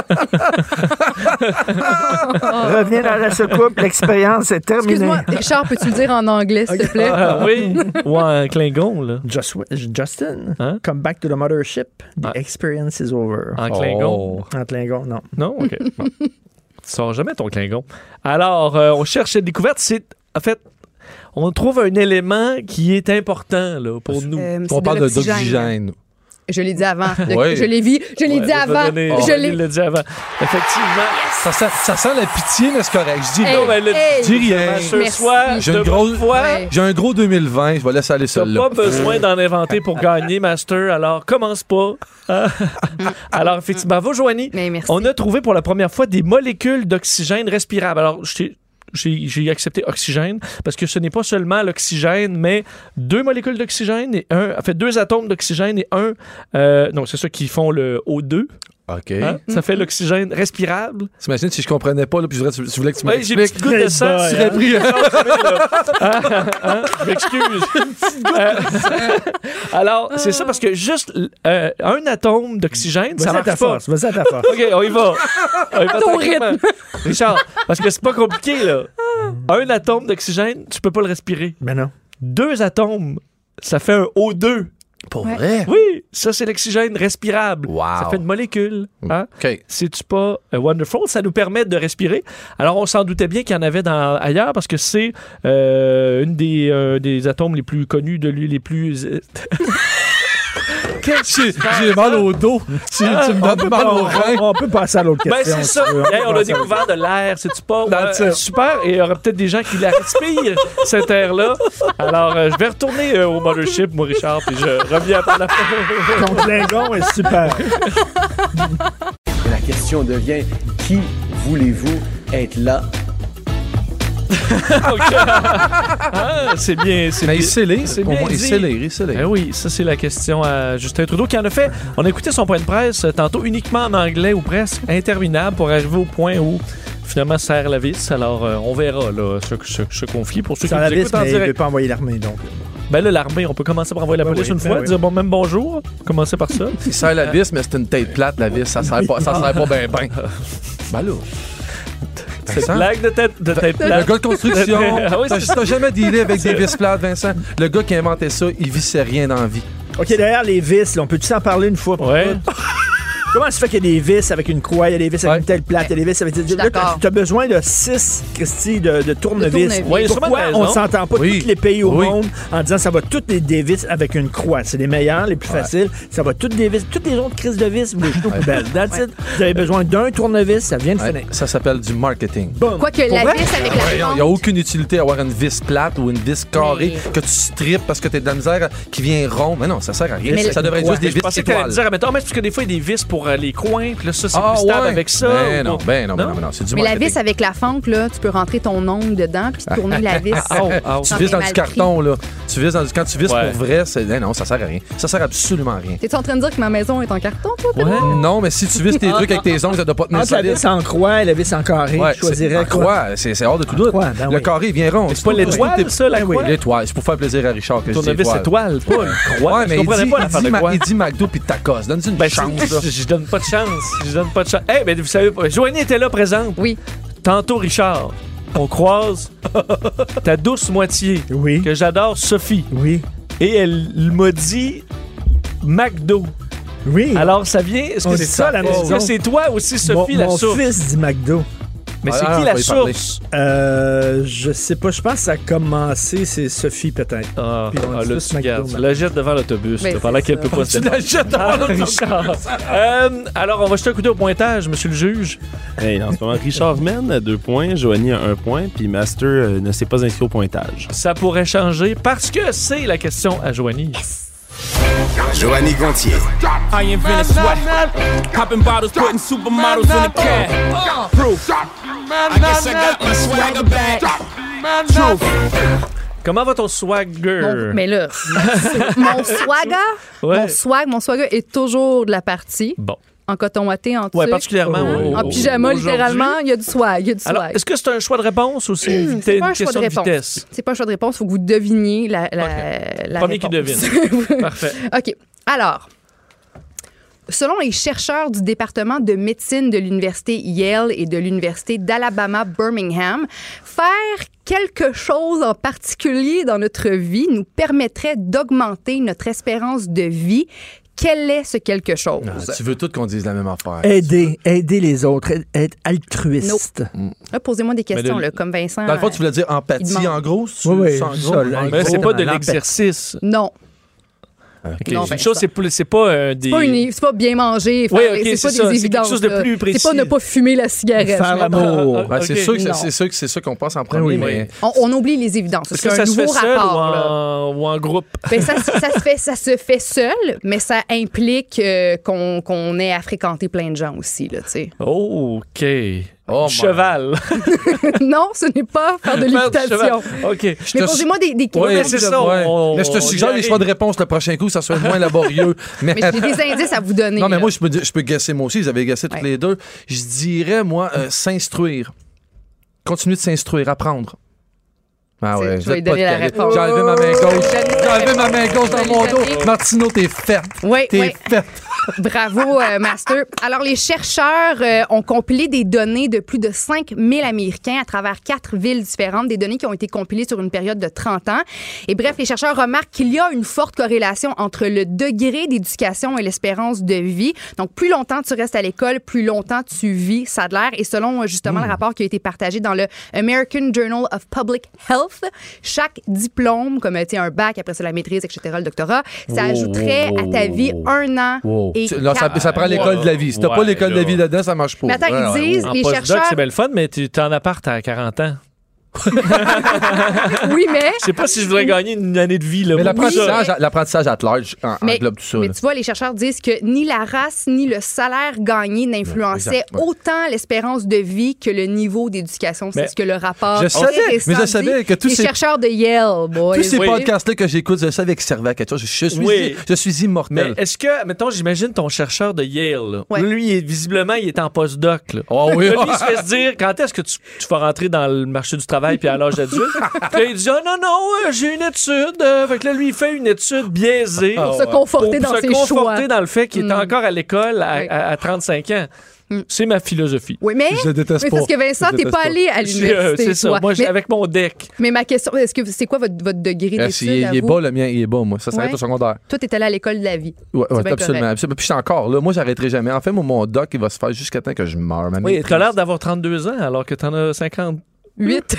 revenez dans la secoupe. L'expérience est terminée. *laughs*
Excuse-moi, Richard, peux-tu le dire en anglais, s'il te plaît?
Ah *laughs* oui, ou un Klingon, là.
Just- Justin,
Hein?
come back to the mothership. The
Ah.
experience is over.
En Klingon.
Oh.
En Klingon, non.
Non? OK.
*laughs*
Bon. tu sors jamais ton Klingon. Alors, euh, on cherche cette découverte. C'est, en fait, on trouve un élément qui est important là, pour nous.
Euh, c'est
On parle de-
l'oxygène.
d'oxygène.
Je l'ai dit avant. Le-
Ouais.
Je l'ai vu. Je l'ai
Ouais,
dit
je vais
avant.
donner-
Je
Aurélie
l'ai.
l'a dit avant. Effectivement.
Ça, sent- ça sent la pitié, mais c'est correct. Je dis
Hey,
non,
mais le-
hey.
je dis rien.
Je
Merci.
sois,
J'ai
je
une grosse-
fois,
Ouais.
J'ai un gros 2020, je vais laisser aller
T'as
celle-là.
pas besoin d'en inventer pour gagner, Master, alors commence pas.
*laughs*
alors, effectivement, bravo, Joanie.
Mais merci.
On a trouvé pour la première fois des molécules d'oxygène respirable. Alors, je t'ai- j'ai j'ai accepté oxygène parce que ce n'est pas seulement l'oxygène, mais deux molécules d'oxygène et un, en fait, deux atomes d'oxygène et un. euh, non, c'est ça qui font le O2.
OK.
hein? Ça fait l'oxygène respirable.
T'imagines si je comprenais pas, là, puis je dirais, tu tu voulais que tu
Ouais, j'ai une
m'expliques?
petite goutte de sang.
Tu serais
hein?
pris.
Ah, Je m'excuse. Euh, *laughs* Alors, c'est ça parce que juste euh, un atome d'oxygène, ça
Vas-y à
marche
ta
pas.
force. Vas-y à ta *laughs* force.
OK, on y va. On y va
Ton
tranquillement. Richard, parce que c'est pas compliqué, là. Un atome d'oxygène, tu peux pas le respirer.
Mais Ben non.
Deux atomes, ça fait un O2.
Pour
Ouais.
vrai?
Oui, ça, c'est l'oxygène respirable.
Wow. Mm.
Ça fait une molécule. Hein?
OK.
C'est-tu pas euh, wonderful? Ça nous permet de respirer. Alors, on s'en doutait bien qu'il y en avait dans, ailleurs parce que c'est euh, une des, euh, des atomes les plus connus de lui, les plus. euh, *laughs*
J'ai j'ai mal au dos. Tu, tu me donnes mal au rein.
On peut passer à l'autre
Ben,
question.
c'est ça.
si tu veux. peut
Hey, on a
passer à l'autre.
découvert de l'air, c'est-tu pas?
Dans le
Ouais,
tir.
super. Et il y aura peut-être des gens qui la
*laughs*
respirent, cette air-là. Alors, euh, je vais retourner euh, au Mothership, moi, Richard, puis je reviens après la
Ton Klingon est *laughs* super.
La question devient qui voulez-vous être là
Ah, c'est bien, c'est
Mais
bien.
il scellé.
C'est
Au
bien
moins, il
dit.
scellé, il scellé.
Eh oui, ça c'est la question à Justin Trudeau qui en a fait. On a écouté son point de presse euh, tantôt uniquement en anglais ou presque interminable pour arriver au point où finalement serre la vis. Alors euh, on verra là, ce, ce, ce conflit pour ceux
Sur
qui
la
nous
liste,
écoutent en
mais il ne peut
direct.
pas envoyer l'armée, donc.
Ben là l'armée, on peut commencer par envoyer la
Ben
police
oui,
une
ben
fois,
oui.
dire bon même bonjour, commencer par ça.
Il serre la vis, mais c'est une tête plate, la vis. Ça sert pas, ça sert pas ben ben. Ben là.
Cette
Vincent?
blague de tête de tête
Hein? Le
plate.
gars de construction,
Ah oui,
t'as
c'est ça.
t'as jamais dealé avec des vis plates, Vincent. Le gars qui a inventé ça, il vissait rien dans la vie.
OK, derrière les vis, là, on peut-tu s'en parler une fois? pour
Ouais.
toutes? Comment ça se fait qu'il y a des vis avec une croix, il y a des vis avec
Ouais.
une telle plate, il y a des vis avec... Là,
d'accord.
tu as besoin de six, Christy, de, de tournevis.
tournevis.
Ouais, il y a sûrement
Pourquoi
une raison.
on s'entend pas
Oui.
tous les pays au
Oui.
monde en disant ça va toutes les des vis avec une croix? C'est les meilleurs, les plus faciles. Ça va toutes des vis. Toutes les autres crises de vis, vous les jetez aux poubelles. That's it. Vous avez besoin d'un tournevis, ça vient de
Ouais,
finir.
Ça s'appelle du marketing.
Boom.
Quoique
Pour
la
vrai?
vis avec
Il n'y
la
a
ronde,
aucune utilité à avoir une vis plate ou une vis carrée que tu strippes parce que t'es de la misère qui vient rond. Mais non, ça sert à rien.
Mais
ça
le-
devrait être juste des
Je
vis
pensais que t'allais
étoiles.
dire, admettons, mais c'est parce que des fois, il y a des vis pour pour euh, les coins, puis là, ça, c'est
Ah,
plus stable
ouais.
avec ça.
Ben
Ou-
non, ben non, ben non, ben non, c'est du
Mais la
marketing.
vis avec la fente, là, tu peux rentrer ton ongle dedans puis tourner
*laughs*
la vis.
Ah, oh, ah, oh.
Sans
Tu vises dans
t'es mal
du
pris.
carton, là. Tu vises dans du... Quand tu vises
Ouais.
pour vrai, c'est... eh non, ça sert à rien. Ça sert absolument à rien.
T'es-tu en train de dire que ma maison est en carton, toi, Pedro?
Non, mais si tu vises tes trucs avec tes ongles, ça doit pas tenir
Entre la
solide.
vis en croix et la vis en carré,
Ouais,
je choisirais
c'est- en
quoi?
croix, c'est c'est hors de tout doute.
croix, ben
le
oui.
carré, il vient rond.
C'est pas l'étoile, Ben ça, la
Ben Oui,
croix?
l'étoile. C'est pour faire plaisir à Richard que je dis
Tournevis étoile, pas
*laughs*
une croix.
Ouais,
Je
mais il
comprenais
dit,
pas
il
l'affaire
dit,
de
ma-
croix.
il dit McDo puis tacos. Donne-nous une
Ben,
chance,
*laughs*
là.
je, je donne pas de chance. Je donne pas de chance. Eh, ben, vous savez pas. Joanie était là présente.
Oui.
Tantôt, Richard, on croise ta douce moitié,
Oui,
que j'adore, Sophie.
oui,
Et elle m'a dit McDo.
oui.
Alors, ça vient. Est-ce
On
que c'est
dit ça à la
Est-ce
maison.
que c'est toi aussi,
Mon,
Sophie, la
mon
source?
fils dit McDo.
Mais c'est
Ah,
qui
on
la
va y parler.
source?
Euh, je sais pas, je pense que ça a commencé, c'est Sophie peut-être.
Ah,
Puis on
ah,
dit
là,
tous
tu gardes.
McDo,
Tu la jettes devant l'autobus.
Ben,
là, Pendant
c'est
qu'elle
ça.
peut pas se débattre. Ah, Richard. Euh, alors, on va jeter un coup d'œil au pointage, monsieur le juge.
Hey, en ce moment, Richard mène à deux points, Joanie à un point, puis Master euh, ne s'est pas inscrit au pointage.
Ça pourrait changer parce que c'est la question à Joanie.
Joanny Gontier.
I invented sweat. Popping bottles, putting supermodels in the cab. Proof. I guess I got my swagger back. Truth.
Comment va ton swagger?
Mon- mais là, mon swagger,
Ouais.
mon swag, mon swagger est toujours de la partie.
Bon.
En coton watté, en tuque,
Ouais, particulièrement. au-
en
au-
Ah, pyjama,
aujourd'hui.
littéralement, il y a du swag, il y a du swag.
Alors, est-ce que c'est un choix de réponse ou c'est une
C'est pas un choix de
question de,
réponse.
vitesse?
C'est pas un choix de réponse, il faut que vous deviniez la, la, la
Premier qui
réponse. *laughs*
Parfait.
OK. Alors, selon les chercheurs du département de médecine de l'Université Yale et de l'Université d'Alabama Birmingham, faire quelque chose en particulier dans notre vie nous permettrait d'augmenter notre espérance de vie. Quel est ce quelque chose?
Ah, Tu veux tout qu'on dise la même affaire.
Aider, aider les autres, être- être altruiste.
Là, Posez-moi des questions,
le-
là, comme Vincent.
Dans le fond, tu voulais dire
Il
empathie,
demande.
en gros? si tu-
Oui, oui,
en
ça,
gros,
là,
en
Mais
gros.
c'est pas de
dans
l'exercice.
euh, Non.
Ah, Ok,
Non,
c'est
ben,
une chose,
ça.
c'est plus- c'est pas euh, des.
C'est pas, une- c'est pas bien manger, faire-
Ouais, ok, c'est
c'est
ça,
pas
c'est
des
quelque
évidences.
chose de
là.
plus
C'est pas
précis.
ne pas fumer la cigarette.
Faire
là.
l'amour.
Ah, ah,
Ouais, C'est
ok.
sûr que c'est-
Non.
c'est sûr que c'est ça qu'on pense en premier.
Oui, oui.
mais-
On, on oublie les évidences.
Est-ce
C'est
que
un
ça se fait
nouveau
seul ou
rapport. là.
en, ou en groupe?
Ben, ça, se- ça se fait, ça se fait seul, mais ça implique euh, qu'on qu'on ait à fréquenter plein de gens aussi. Là, tu sais. *laughs*
OK.
Oh, my-
cheval.
non, ce n'est pas faire de
Faire du
l'équitation.
cheval. OK.
Mais
te-
posez-moi des, des
Ouais,
Ouais,
c'est
questions.
ça,
ouais.
on-
Mais je
on
te
y
suggère les
arrive.
choix de réponse le prochain coup, ça soit moins laborieux. Mais,
mais j'ai des indices à vous donner.
non, mais
là.
moi, je peux, dire- je peux guesser moi aussi. Vous avez guessé
Ouais.
toutes les deux. Je dirais, moi, euh, s'instruire. Continuer de s'instruire, apprendre. Ah
C'est-
ouais,
tu
vous
vas lui
êtes pas
donner
de
la
carré.
réponse.
J'ai enlevé ma main gauche.
Je vais lui donner
J'ai
la
enlevé ma main
réponse.
gauche
Je
dans
vais
mon
lui donner.
dos. Martino, t'es faite.
Oui,
T'es
oui.
faite.
Bravo, euh, Master. Alors, les chercheurs euh, ont compilé des données de plus de 5000 Américains à travers quatre villes différentes, des données qui ont été compilées sur une période de 30 ans. Et bref, les chercheurs remarquent qu'il y a une forte corrélation entre le degré d'éducation et l'espérance de vie. Donc, plus longtemps tu restes à l'école, plus longtemps tu vis, ça a de l'air. Et selon euh, justement le rapport qui a été partagé dans le American Journal of Public Health, chaque diplôme, comme euh, tu sais, un bac, après ça la maîtrise, etc., le doctorat, ça ajouterait à ta vie un an et
Tu- non, ça,
quatre.
ça prend l'école de la vie. Si t'as
Ouais,
pas l'école de la
là.
vie dedans, ça marche pas.
Mais attends, ils
Ouais, ouais,
disent,
En
les
postdoc,
chercheurs,
c'est belle fun, mais tu t'es en appart à 40 ans.
*laughs* oui, mais,
Je sais pas si je voudrais gagner une année de vie. Là,
Mais
pour ça.
l'apprentissage, l'apprentissage at large en-
mais,
englobe tout ça.
mais
là.
tu vois, les chercheurs disent que ni la race ni le salaire gagné n'influençaient
Exact, ouais.
autant l'espérance de vie que le niveau d'éducation.
Mais
C'est ce que le rapport.
je
très
savais,
récent
mais je savais
dit.
que tous
les
ces-
chercheurs de Yale, boys,
Tous ces
oui.
podcasts-là que j'écoute, je savais qu'ils servaient à quelque chose. Je, je suis,
Oui.
je suis
Mais euh,
immortel.
est-ce que, mettons, j'imagine ton chercheur de Yale. là.
Ouais.
Lui, il est- visiblement, il est en postdoc. Là. *laughs*
Oh oui.
Lui, il se fait se dire quand est-ce que tu, tu vas rentrer dans le marché du travail puis à l'âge adulte. *laughs* Puis là, il dit Ah non, non, euh, j'ai une étude. Euh, fait que là, lui, il fait une étude biaisée.
Pour se conforter
pour
dans
se
ses
conforter
choix.
dans le fait qu'il est
Mm.
encore à l'école à,
Oui. Mm.
à- à 35 ans. C'est ma philosophie.
Oui, mais,
*laughs* Je déteste
mais
pas.
parce que Vincent,
Je
t'es
déteste
pas
pas.
allé à
Je- euh,
l'université.
C'est ça.
toi.
Moi, j'ai-
mais,
avec mon deck.
mais ma question, est-ce que c'est quoi votre, votre degré
Ah,
d'études?
si, il, est- il
à
est
vous?
bas, le mien, il est bas, moi. Ça s'arrête
Ouais.
au secondaire.
Toi, t'es allé à l'école de la vie.
Ouais, ouais,
bien
absolument,
correct.
absolument. Puis je suis encore là. Moi, j'arrêterai jamais. En fait, mon, mon doc, il va se faire jusqu'à temps que je meure. ma
Oui,
maîtrise.
*laughs* t'as l'air d'avoir 32 ans alors que t'en as 50.
8.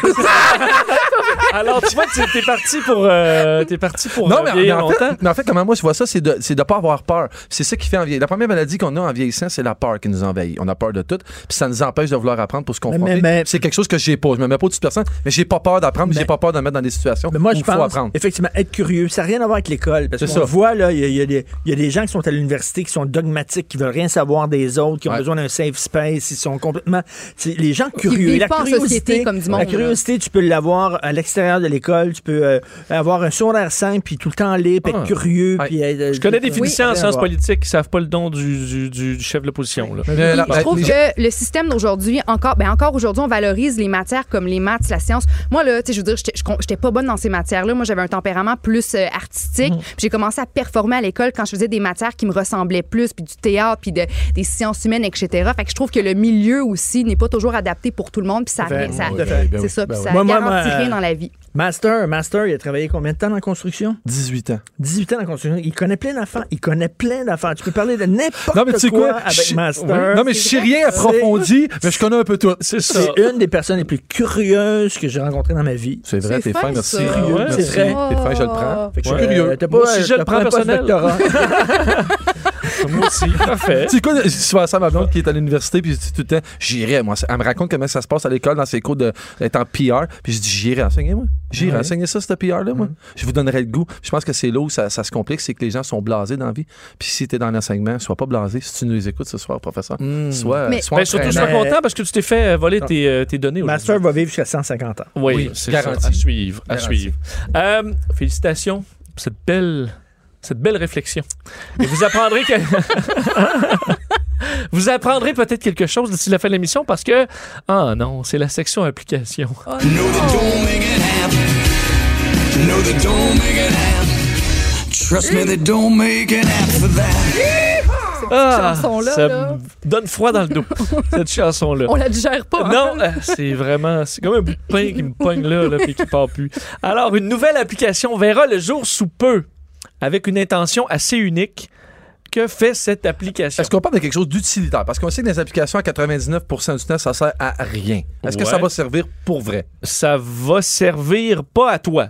Alors, tu vois, tu t'es parti pour. euh, t'es parti pour.
Non,
euh,
mais, mais
vieillir
en
longtemps.
fait, mais en fait, comment moi je vois ça, c'est de ne pas avoir peur. C'est ça qui fait en vieillir. La première maladie qu'on a en vieillissant, c'est la peur qui nous envahit. On a peur de tout, puis ça nous empêche de vouloir apprendre pour se confronter.
mais- mais-
C'est quelque chose que j'ai pas. Je me mets pas au-dessus de personne, mais j'ai pas peur d'apprendre, puis j'ai pas peur de me mettre dans des situations
Moi,
où
je
il faut
pense,
apprendre.
effectivement, être curieux, ça n'a rien à voir avec l'école. Parce
C'est
qu'on
ça.
le voit, là, il y, a- il y a des- il y a des gens qui sont à l'université, qui sont dogmatiques, qui veulent rien savoir des autres, qui ont besoin d'un safe space, ils sont complètement... c'est les gens curieux.
vivent
la
pas en
curiosité,
société comme du monde,
La curiosité, tu peux l'avoir à l'extérieur de l'école, tu peux euh, avoir un sourire simple, puis tout le temps aller, puis être
Ah.
curieux. Puis, euh,
Je connais des physiciens en sciences politiques qui savent pas le don du, du- du- du chef de l'opposition. là.
Euh,
Puis je trouve que le système d'aujourd'hui, encore, ben encore aujourd'hui, on valorise les matières comme les maths, la science. Moi, là, tu sais, je veux dire, j'étais- je con- j'étais pas bonne dans ces matières-là. Moi, j'avais un tempérament plus euh, artistique. Puis J'ai commencé à performer à l'école quand je faisais des matières qui me ressemblaient plus, puis du théâtre, puis de- des sciences humaines, etc. Fait que je trouve que le milieu aussi n'est pas toujours adapté pour tout le monde, puis ça,
Tout à fait.
ça-
Tout à fait.
c'est ça,
Ben
puis
oui.
ça
Moi, moi,
garantit
moi,
rien dans la vie.
Master, Master, il a travaillé combien de temps dans la construction?
18 ans.
18 ans dans la construction. Il connaît plein d'enfants. Il connaît plein d'enfants. Tu peux parler de n'importe
Non, mais tu sais quoi?
avec
Je-
Master.
Oui. Non, mais je sais rien approfondi, mais je connais un peu tout.
C'est
ça.
C'est une des personnes les plus curieuses que j'ai rencontrées dans ma vie.
C'est vrai,
t'es
t'es fin, merci.
Curieux,
Ouais,
c'est
merci.
vrai.
T'es fin, je le prends.
Fait que
Ouais.
je suis curieux. T'as pas,
Moi aussi, je le prends
prends pas de
personnel.
*laughs* doctorat.
Moi aussi, *laughs* parfait.
Tu sais quoi, je suis à ça, ma blonde qui est à l'université, puis je dis tout le temps, j'irai, moi. Elle me raconte comment ça se passe à l'école dans ses cours de- d'être en PR, puis je dis, j'irai enseigner, moi. J'irai
Ouais.
enseigner ça, ce PR-là,
Mm-hmm.
moi. Je vous donnerai le goût. Je pense que c'est là où ça, ça se complique, c'est que les gens sont blasés dans la vie. Puis si t'es dans l'enseignement, sois pas blasé. Si tu nous écoutes ce soir, professeur, sois,
Mais-
sois
Ben, surtout, sois
entraînant.
content parce que tu t'es fait euh, voler tes, euh, tes données. aujourd'hui.
Master va vivre jusqu'à 150 ans.
Oui,
Oui,
c'est
garanti.
ça. À suivre. À
Garanti.
suivre. Euh, félicitations pour cette belle, cette belle réflexion. Et vous apprendrez que. *laughs* Vous apprendrez peut-être quelque chose d'ici la fin de l'émission parce que. Ah non, c'est la section application.
Oh, No, they don't make it happen. Trust me, they don't make it happen for that.
Ah,
chanson-là,
ça
là.
me donne froid dans le dos, cette chanson-là.
On la digère pas. hein?
Non, euh, c'est vraiment. C'est comme un bout de pain qui me pogne là, là puis qui part plus. Alors, une nouvelle application verra le jour sous peu avec une intention assez unique. Que fait cette application?
Est-ce qu'on parle de quelque chose d'utilitaire? Parce qu'on sait que les applications à 99% du temps, ça sert à rien. Est-ce que ça
Ouais.
va servir pour vrai?
Ça va servir pas à toi.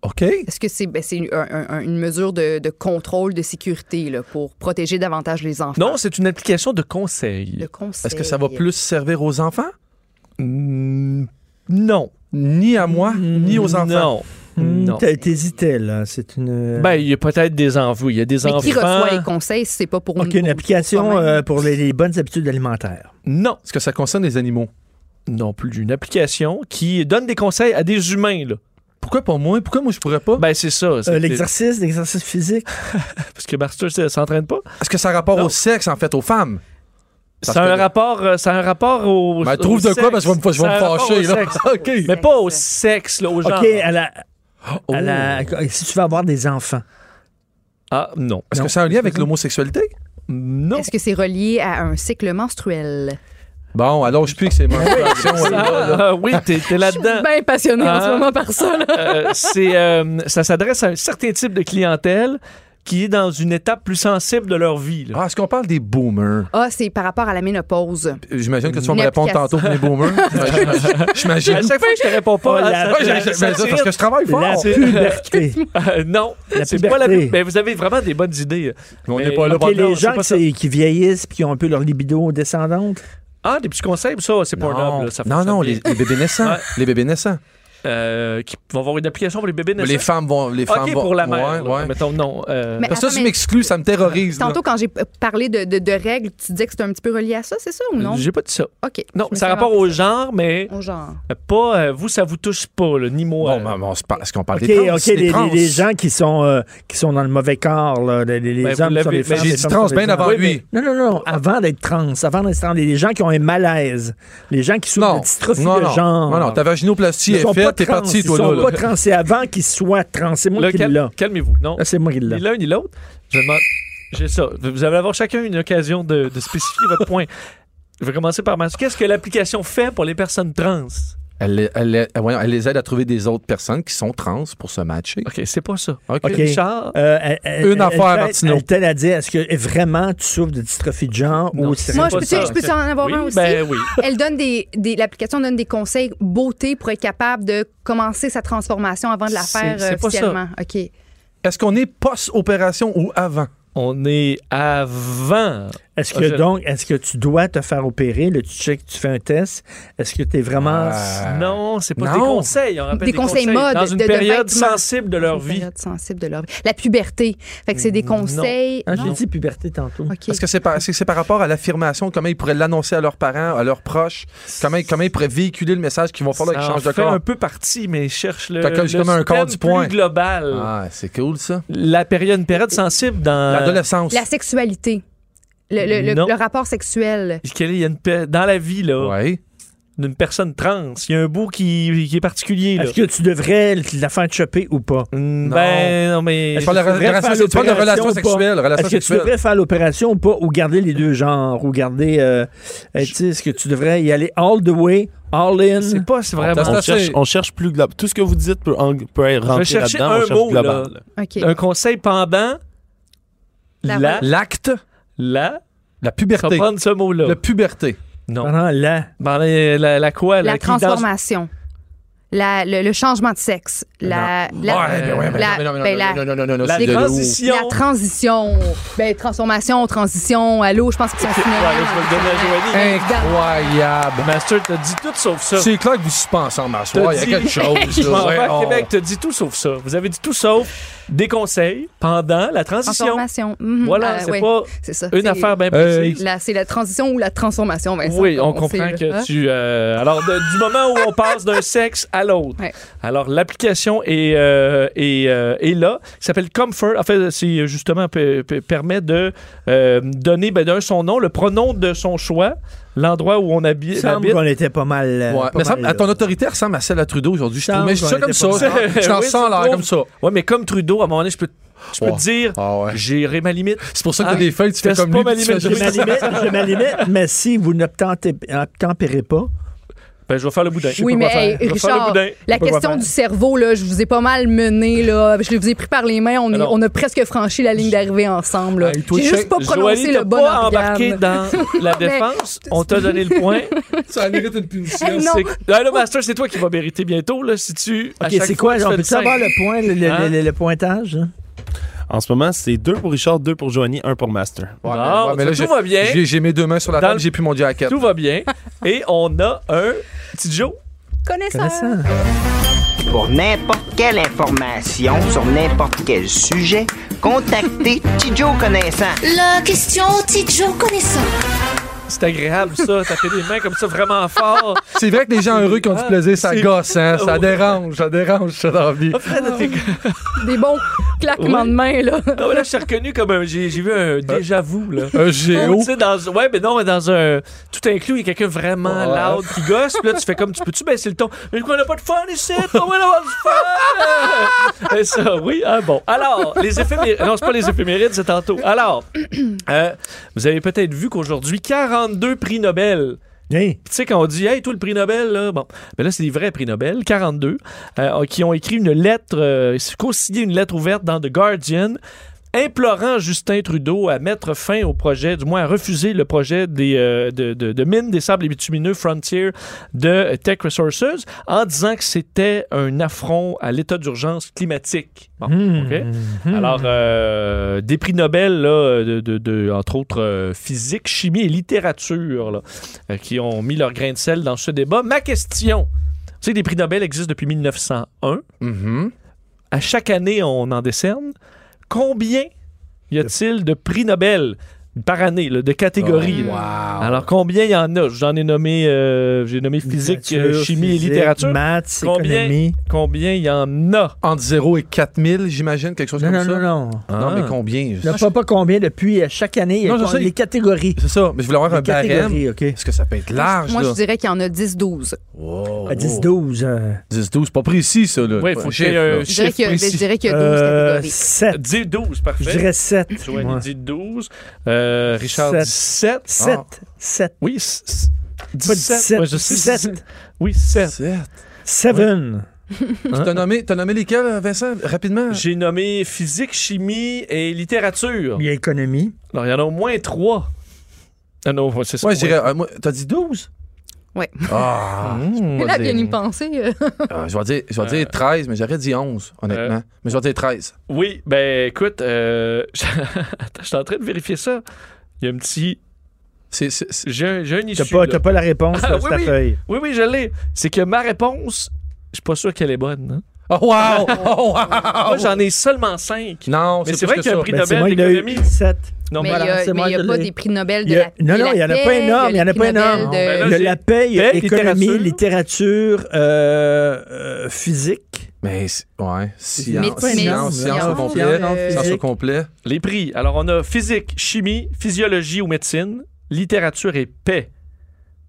OK.
Est-ce que c'est ben, c'est une- un- un- une mesure de, de contrôle, de sécurité là, pour protéger davantage les enfants?
Non, c'est une application de conseil.
De conseil.
Est-ce que ça va plus servir aux enfants?
non.
Ni à moi, ni aux enfants.
Non. Non.
T'as- T'hésitais, là. C'est une.
Ben, il y a peut-être des enfants. Il y a des
Mais
enfants.
qui reçoit les conseils si c'est pas pour
OK, euh, une application
soi-même.
euh, pour les, les bonnes habitudes alimentaires.
Non. Est-ce que ça concerne les animaux? Non plus. Une application qui donne des conseils à des humains, là.
Pourquoi pas moi? Pourquoi moi je pourrais pas?
Ben, c'est ça. c'est-
Euh, l'exercice, l'exercice physique.
Parce que Master ça, s'entraîne pas.
Est-ce que ça a rapport au sexe, en fait, aux femmes? Parce
C'est un,
que-
rapport, euh, ça a un rapport au.
Ben,
au
trouve de quoi,
sexe.
parce que je vais me- je
Ça a
vais me
un rapport
fâcher,
au
là. *laughs*
sexe.
OK.
Mais pas au sexe, là, au genre.
OK, à la,
Ben,
à
Oh.
la- si tu veux avoir des enfants.
Ah, non.
Est-ce que ça a un lien avec l'homosexualité? Non.
Est-ce que c'est relié à un cycle menstruel?
Bon, alors je plus
*laughs*
que c'est mon
Ça, euh, oui, t'es t'es là-dedans.
Bien Ben, passionné en
Ah.
ce moment par ça. là.
Euh, c'est, euh, ça s'adresse à un certain type de clientèle qui est dans une étape plus sensible de leur vie. là.
Ah, est-ce qu'on parle des boomers?
Ah, c'est par rapport à la ménopause.
Euh, J'imagine que tu vas
Une
me répondre
application.
tantôt pour les boomers. J'imagine.
À chaque fois que je te réponds pas,
Oh,
hein,
la-
ça-
Ouais, j'ai-
ça-
j'ai-
ça
ben, ça,
tire.
parce que je travaille fort.
La *laughs* puberté.
*laughs* Euh, non,
La
c'est pas la
puberté.
ben, vous avez vraiment des bonnes idées.
Mais on
Mais-
n'est pas là
OK,
pour
les
non, c'est
gens
pas
qui,
ça.
c'est- qui vieillissent puis qui ont un peu leur libido descendante.
Ah, des petits conseils, ça, c'est pas
Non,
noble. Ça
non,
fonctionne
non,
bien.
les, les bébés naissants.
Ouais.
Les bébés naissants.
Euh, qui vont avoir une application pour les bébés naissants.
Les femmes vont. Les femmes
ok,
vont-
pour la mère.
Ouais,
là,
ouais.
Mettons, non. euh,
Mais
Parce que ben, ça,
attends,
tu
mais
m'exclus, ça me terrorise. là.
Tantôt, quand j'ai euh, parlé de, de- de règles, tu disais que c'était un petit peu relié à ça, c'est ça ou non?
J'ai pas dit ça.
OK.
Non,
Je me
ça a
suis
rapport au genre, mais
au genre.
pas. euh, vous, ça vous touche pas, là, ni moi.
Bon, ben, ben, on se parle- Est-ce qu'on parle
OK,
des trans?
OK,
Des
les, les-
trans.
les gens qui sont, euh, qui sont dans le mauvais corps, là, les, les- les
Ben, vous
hommes
l'avez-
sont les
mais
femmes.
j'ai
les
dit
femmes
trans
sont
bien
les
avant Ah.
hommes.
lui.
Non, non, non, avant d'être trans, avant d'être trans, les gens qui ont un malaise, les gens qui souffrent
Non,
de dystrophie
non,
de
non.
genre.
Non, non, ta vaginoplastie
Ils sont
est
pas
faite, t'es
trans,
parti,
ils
toi,
sont
là,
pas
là.
trans, c'est avant qu'ils soient trans, c'est moi
Là,
qui
cal-
l'ai.
Calmez-vous. Non.
Ah, C'est moi qui
Ni
l'ai.
l'un ni l'autre. Je demande. J'ai ça. Vous allez avoir chacun une occasion de, de spécifier votre point. Je vais commencer par Mathieu. Qu'est-ce que l'application fait pour les personnes trans?
Elle, les- elle les- voyons, elle les aide à trouver des autres personnes qui sont trans pour se matcher.
OK, c'est pas ça.
OK.
OK. Euh, elle- elle-
Une
elle-
affaire,
elle-
Martineau.
Elle t'a dit, est-ce que vraiment tu souffres de dystrophie de genre ou c'est
Moi,
pas
je peux,
ça?
je peux en avoir
Oui,
un aussi.
ben oui.
Elle donne des, des- l'application donne des conseils beauté pour être capable de commencer sa transformation avant de la
C'est-
faire
c'est
euh,
pas ça.
officiellement. Ok.
Est-ce qu'on est post-opération ou avant?
On est avant.
Ah,
Est-ce que
Je-
donc, est-ce que tu dois te faire opérer? Là, tu checkes, tu fais un test. Est-ce que tu es
Ah.
vraiment.
Euh,
Non, c'est pas des conseils. On rappelle
Des conseils mode,
Dans une
de- de
période
vêtements.
sensible de leur vie.
Période sensible de leur vie. La puberté. Fait que c'est des conseils.
Ah, j'ai dit puberté tantôt.
Est-ce que c'est par, est-ce que c'est par rapport à l'affirmation, comment ils pourraient l'annoncer à leurs parents, à leurs proches, comment, ils- comment ils pourraient véhiculer le message qu'ils vont faire là, qu'ils
Ça en
changent de
fait
corps?
un peu partie, mais cherche le,
T'as comme-
le
j'ai comme un corps
thème
du point.
plus global.
Ah, c'est cool ça.
La période, une période sensible dans
L'adolescence.
La sexualité. Le, le- le-
Non.
le rapport sexuel.
Kelly, il y a une pe- dans la vie là, d'une personne trans, il y a un bout qui, qui est particulier. là.
Est-ce que tu devrais la faire choper ou pas?
Ben, non, mais-
Est-ce
Tu parles de
que tu
re-
devrais
de
faire
relation- tu parles de relation
l'opération ou pas?
sexuelle, relation
Est-ce que tu
sexuelle.
devrais faire l'opération ou pas? Ou garder les deux genres? Ou garder. euh, euh, tu sais, Est-ce que tu devrais y aller all the way, all in? C'est
pas, c'est
on, cherche, on cherche plus global. Tout ce que vous dites peut, en- peut être
Je vais
rentré
chercher
là-dedans.
un
on cherche
mot
global.
là.
OK.
Un conseil pendant
La-
Euh, la-
l'acte,
la
la puberté.
Prendre ce mot là. La
puberté.
Non.
Pendant la.
la, la quoi là,
la
qui danse-
transformation. La- le, le changement de sexe. La, la,
Ouais, ben ouais, ben
la-
non, mais non,
ben
non,
la-
non, non, non, non, non,
la
c'est de-
transition. La transition. Ben, transformation, transition. Allô, je pense que c'est un synonyme.
Ouais, là, je vais le donner à
Ah,
Joanie.
Incroyable.
Master, t'as dit tout sauf ça.
C'est clair que vous suivez pas ensemble à
T'as
soir. Il y a
dit-
quelque chose.
*laughs* Je m'en
là.
vais
Ouais,
à
on-
Québec, t'as dit tout sauf ça. Vous avez dit tout sauf des conseils pendant la transition.
Transformation. Mhm.
Voilà,
Ah,
c'est
ouais.
pas
C'est ça.
une
C'est-
affaire bien précise.
La- C'est la transition ou la transformation, Vincent.
Euh, Oui, on
sait,
comprend
là.
que
Hein?
tu. euh, alors, de- du moment où on passe d'un sexe à l'autre. Alors, l'application est, euh, est, euh, est là. Ça s'appelle Comfort. En fait, c'est euh, justement pe- pe- permet de euh, donner ben, d'un son nom, le pronom de son choix, l'endroit où on habi-
Il semble
habite.
qu'on était pas mal. euh,
Ouais,
pas
mais ça-
mal,
à ton autorité ressemble à celle à Trudeau aujourd'hui. Je trouve.
Semble
Mais je suis
qu'on
comme
était
ça.
pas
*laughs*
mal.
Je t'en
Oui,
sens
tu
l'air
trouves?
comme ça. Ah,
Ouais, mais comme Trudeau, à un moment donné, je peux, je peux
Ouais.
te dire, j'ai ma limite.
C'est pour ça que t'as des feuilles, tu fais comme
pas
lui,
ma
puis tu
limite.
J'ai ma limite, j'ai ma limite, mais si vous n'obtempérez pas.
Ben, je vais faire le boudin.
Oui, mais hey,
Je vais faire le
Richard,
boudin.
la
Je peux pas
question
faire.
du cerveau, là, je vous ai pas mal mené. Là. Je vous ai pris par les mains. On, est-
Alors.
on a presque franchi la ligne d'arrivée ensemble. là.
Hey, toi,
J'ai juste
check.
pas prononcé
Joanie,
le
t'as
bon
pas
organe.
embarqué dans la
*laughs* Mais-
défense. On t'a donné le
*laughs*
point.
Ça mérite une punition.
Hey, non.
C'est- Ah, là, Master, c'est toi qui vas mériter bientôt, là, si tu. à
OK,
chaque fois
c'est quoi?
que tu
On
fais
peut
le
savoir
cinq.
le point, le, le-
Hein?
le- le pointage? hein?
En ce moment, c'est deux pour Richard, deux pour Joanie, un pour Master.
Bon,
Ouais, ouais, mais là,
tout
j'ai-
va bien.
J'ai j'ai mes deux mains sur la
Dans
table,
le-
j'ai plus mon jacket.
Tout va bien. Et on a un petit Joe.
Connaisseur.
Pour n'importe quelle information sur n'importe quel sujet, contactez
*laughs*
Tidjo Connaissant.
La question Tidjo connaissant.
C'est agréable, ça. Taper des mains comme ça vraiment fort.
C'est vrai que les gens heureux qui ont du plaisir, ça
C'est-
gosse, hein? Ça
Ouais.
dérange, ça dérange, ça dans la vie.
Des bons claquements
Oui.
de main, là.
Non, mais là, je suis reconnu comme un. J'ai j'ai vu un déjà-vu, là.
Un géo.
Oh, Tu sais, dans- Ouais, mais non, mais dans un. Tout inclus, il y a quelqu'un vraiment
Ouais.
loud qui gosse. Puis là, tu fais comme. Tu peux-tu baisser le ton? Mais quoi, on n'a pas de fun ici? On va avoir du fun! Et ça, oui. Ah bon. Alors, les éphémérides. Non, c'est pas les éphémérides, c'est tantôt. Alors, euh, vous avez peut-être vu qu'aujourd'hui, 42 prix Nobel. Tu sais, quand on dit, hey, tout le prix Nobel, là, bon, ben là, c'est des vrais prix Nobel, 42, euh, qui ont écrit une lettre, euh, co-signé une lettre ouverte dans The Guardian, implorant Justin Trudeau à mettre fin au projet, du moins à refuser le projet des, euh, de, de, de mine des sables bitumineux Frontier de Tech Resources, en disant que c'était un affront à l'état d'urgence climatique. Bon, OK? Alors, euh, des prix Nobel, là, de, de- de- entre autres euh, physique, chimie et littérature, là, euh, qui ont mis leur grain de sel dans ce débat. Ma question, vous savez, les prix Nobel existent depuis 1901.
Mhm.
À chaque année, on en décerne. Combien y a-t-il de prix Nobel par année, là, de catégories?
Oh,
là? Alors, combien il y en a? J'en ai nommé, euh, j'ai nommé physique,
Littérature,
euh, chimie
physique,
et littérature.
maths,
combien,
économie.
Combien il y en a?
Entre 0 et 4000, j'imagine, quelque chose
Non,
comme
non,
ça.
non, non.
Non,
Ah.
mais combien?
Je ne sais pas combien depuis euh, chaque année. il y a
Non, je
quoi-
sais.
les catégories.
C'est ça, mais je voulais avoir
Les
un barème.
catégories,
Est-ce que ça peut être large,
Moi,
là?
je dirais qu'il y en a 10-12.
Ah,
À
oh.
10-12. euh,
10, 12, pas précis, ça, là.
Ouais,
Pas
faut
un
qu'il y ait
chiffre,
un
là.
Je dirais qu'il y a- je dirais qu'il y a 12
euh,
catégories.
7.
10, 12, parfait.
Je dirais 7.
Joanie dit 12. Euh, Richard dit 7.
7. 7.
Oui, s- s-
17.
Ouais, je sais.
17.
Oui, 7.
7.
Seven.
Tu t'as nommé, t'as nommé lesquels, Vincent, rapidement?
J'ai nommé physique, chimie et littérature.
Il y a économie.
Non, il y en a au moins trois. Ah non, c'est ça.
Ouais, je dirais, euh, moi, t'as dit 12?
Ouais.
*laughs*
Ah, hmm,
Elle a
je vais
bien y
dire-
penser.
Ah, je vais dire, je vais dire
Euh.
13, mais j'aurais dit 11, honnêtement. mais je vais dire 13.
Oui, ben écoute, euh, *laughs* attends, je suis en train de vérifier ça. Il y a un petit. J'ai un, j'ai un
T'as
issue,
pas,
là.
t'as pas la réponse
Ah,
là,
oui,
sur ta
oui.
feuille.
Oui, oui, je l'ai. C'est que ma réponse, je suis pas sûr qu'elle est bonne. hein.
Oh, *laughs* wow! Oh, wow!
Ah,
Moi, j'en ai seulement cinq.
Non,
Ah, Mais
c'est
c'est
plus
vrai
que
qu'il y a
ça.
un prix Nobel
Ben, c'est moi, il a eu
d'économie.
7.
Non,
mais
voilà.
il n'y a,
moi, je
pas
l'ai.
des prix Nobel de
Il y a-
la
non,
de
non,
la
il n'y en a pas
paix,
énorme. Il n'y en a
le
pas
prix Nobel
énorme.
de-
Il y a la paix, il y a
Ben, Paix,
économie,
littérature.
littérature, euh, euh, physique.
Mais, c'est- ouais,
Mais-
science,
mais- science,
science, science au complet.
euh,
Science au
physique.
complet.
Les prix. Alors, on a physique, chimie, physiologie ou médecine, littérature et paix.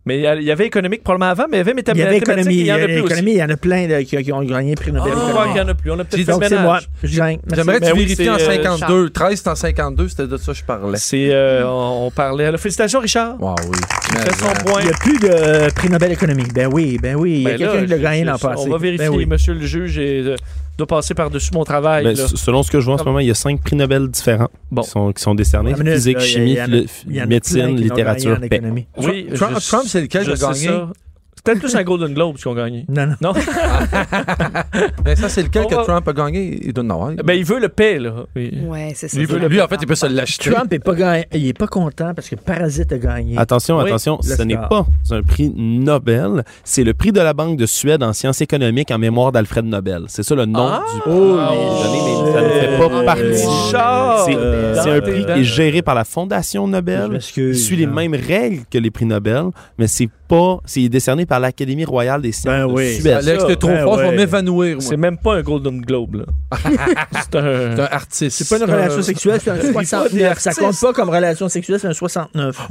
Mais il y a- il y avait économique probablement avant, mais il y avait
Il y avait
mathématiques. et
économie.
Il y en a plus aussi.
économie, il y en a plein là, qui, qui ont gagné le prix Nobel.
Ah,
d'économie.
ouais, il y en a plus. On a peut-être fait
Donc,
le
c'est
ménage.
moi. Je gagne. Merci.
J'aimerais que
Ben
tu
oui,
vérifies
c'est,
en
euh,
52. 13, c'est en 52, c'était de ça que je parlais.
C'est, euh, on, on parlait. là. Félicitations, Richard.
Wow, oui.
Il fait son point.
Il n'y a plus de euh, prix Nobel économie. Ben oui, ben oui. Il y a
Ben là,
quelqu'un qui l'a
je-
gagné l'an
je-
passé.
On va vérifier,
Ben oui.
monsieur le juge, et euh, doit passer par-dessus mon travail.
Ben,
là.
s- selon ce que je vois en ce moment, il y a cinq prix Nobel différents qui, sont, qui sont décernés.
Une minute,
Physique,
là, il y a-
chimie,
il y en a-
philo-
il y en a plein qui
médecine,
l'ont
littérature,
gagné en
paix.
économie.
Oui,
Trump-
je-
Trump, c'est lequel
je
qui a
sais
gagné?
ça. C'est peut-être plus un Golden Globe qu'ils ont gagné.
Non, non.
Non?
Mais ça, c'est lequel
On
que
va-
Trump a gagné? Il donne avoir.
ben, il veut le paix, là. Oui.
Ouais, c'est ça.
Lui, lui, en fait, il peut se l'acheter.
Trump n'est pas, gagné- il est pas content parce que Parasite a gagné.
Attention,
Oui,
attention,
le
ce n'est
score.
pas un prix Nobel, c'est le prix de la Banque de Suède en sciences économiques en mémoire d'Alfred Nobel. C'est ça le nom
Ah!
du prix. Désolé, mais ça ne fait pas partie.
Richard!
Oh,
C'est-
ben,
euh,
C'est
dans
un
tes
prix
dents.
qui est géré par la Fondation
Je
Nobel.
m'excuse,
Il suit les
Jean.
mêmes règles que les prix Nobel, mais c'est pas. C'est décerné par l'Académie royale des sciences
Ben
de
oui.
Suède.
Alex,
ça.
t'es trop
Ben
fort, je
ouais.
vais m'évanouir. moi.
C'est même pas un Golden Globe, là. c'est
C'est
un.
un artiste. Euh,
C'est pas une relation sexuelle, c'est un 69. Ça compte pas comme relation sexuelle, c'est un 69.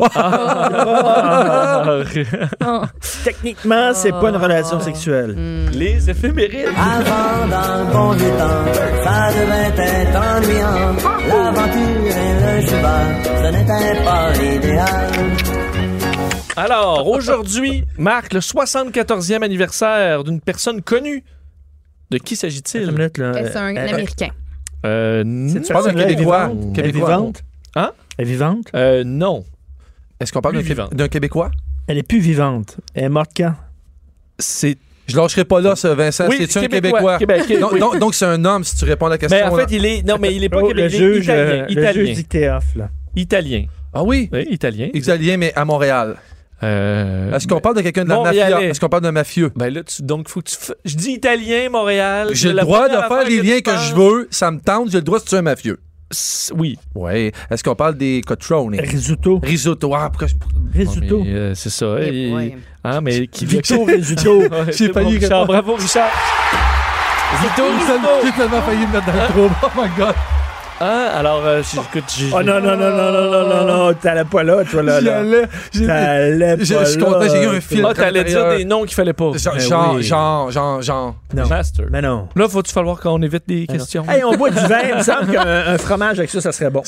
*laughs*
Techniquement, c'est pas une relation sexuelle.
Les éphémérides.
Avant dans le bon vieux temps, ça devait être ennuyant. L'aventure et le cheval, ce n'était pas l'idéal.
Alors, aujourd'hui marque le 74e anniversaire d'une personne connue. De qui
Une
s'agit-il?
minute, là.
C'est un
Euh,
Américain.
Euh,
cette
Tu parles d'un
personne-là est
Québécois.
vivante? Elle est
Québécois.
vivante?
Hein?
Elle est vivante?
euh, non.
Est-ce qu'on parle
Lui
d'un Qué-
vivant.
d'un Québécois?
Elle est plus vivante. Elle est morte quand?
C'est. Je lâcherai pas là, ça, Vincent.
Oui,
Euh, C'est un
Québécois.
Québécois.
Québécois,
Donc-
oui.
donc- Donc, c'est un homme si tu réponds à la question.
Mais en
là.
fait, il est. Non, mais il est pas
Oh, le
québécois.
juge,
italien.
euh, le
Italien.
juge dicté off, là.
Italien.
Ah oui?
Oui, Euh, italien.
Italien, mais à Montréal.
Euh,
Est-ce qu'on parle de quelqu'un de la
Montréalais.
mafia? Est-ce qu'on parle d'un mafieux?
Ben là, tu, donc, faut que tu. fa- Je dis italien, Montréal.
J'ai
c'est
le
la
droit de
première
faire
affaire
les
tu
liens que
penses.
je veux. Ça me tente. J'ai le droit de tuer un mafieux.
S- Oui.
Ouais. Est-ce qu'on parle des Cotrone?
Risuto.
Risotto. Ah, pourquoi je-
Risuto.
Mais, euh, c'est ça.
Eh
il-
boy.
Hein, mais qui
Victor
*laughs*
Risuto.
Ouais,
J'ai
c'est bon,
failli
Richard.
répondre.
*laughs* Bravo, Richard.
Risotto, Risotto. J'ai tellement failli me mettre dans le
Ah.
trou. Oh my God.
Hein, alors, euh, j- écoute, j'ai-
Oh non, non, non, non, non, non, non, non, t'allais pas là, toi, là.
J'y
là.
allais. J'ai-
T'allais pas
Je je suis
là.
content. J'ai eu un film.
Ah, t'allais dire des noms qu'il fallait pas.
Genre,
Ben
genre,
oui.
genre, genre, genre.
Non.
Master.
Mais non.
Là, faut-tu falloir qu'on évite des questions?
Hey, on boit du vin.
*laughs*
Il me semble qu'un un fromage avec ça, ça serait bon.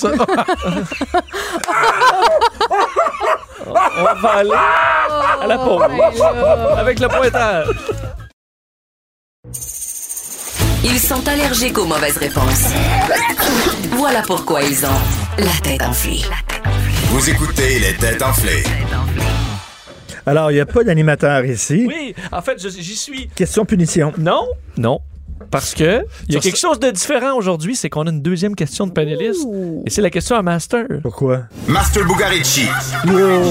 On va aller à la pause. Avec le pointage.
Ils sont allergiques aux mauvaises réponses. Voilà pourquoi ils ont la tête enflée.
Vous écoutez les têtes enflées.
Alors, il n'y a pas d'animateur ici.
Oui, en fait, je- j'y suis.
Question punition.
Non? Non. Parce que il y a
Sur
quelque chose de différent aujourd'hui, c'est qu'on a une deuxième question de panéliste. Et c'est la question à Master.
Pourquoi?
Master Bugarici.
Wow, wow, wow.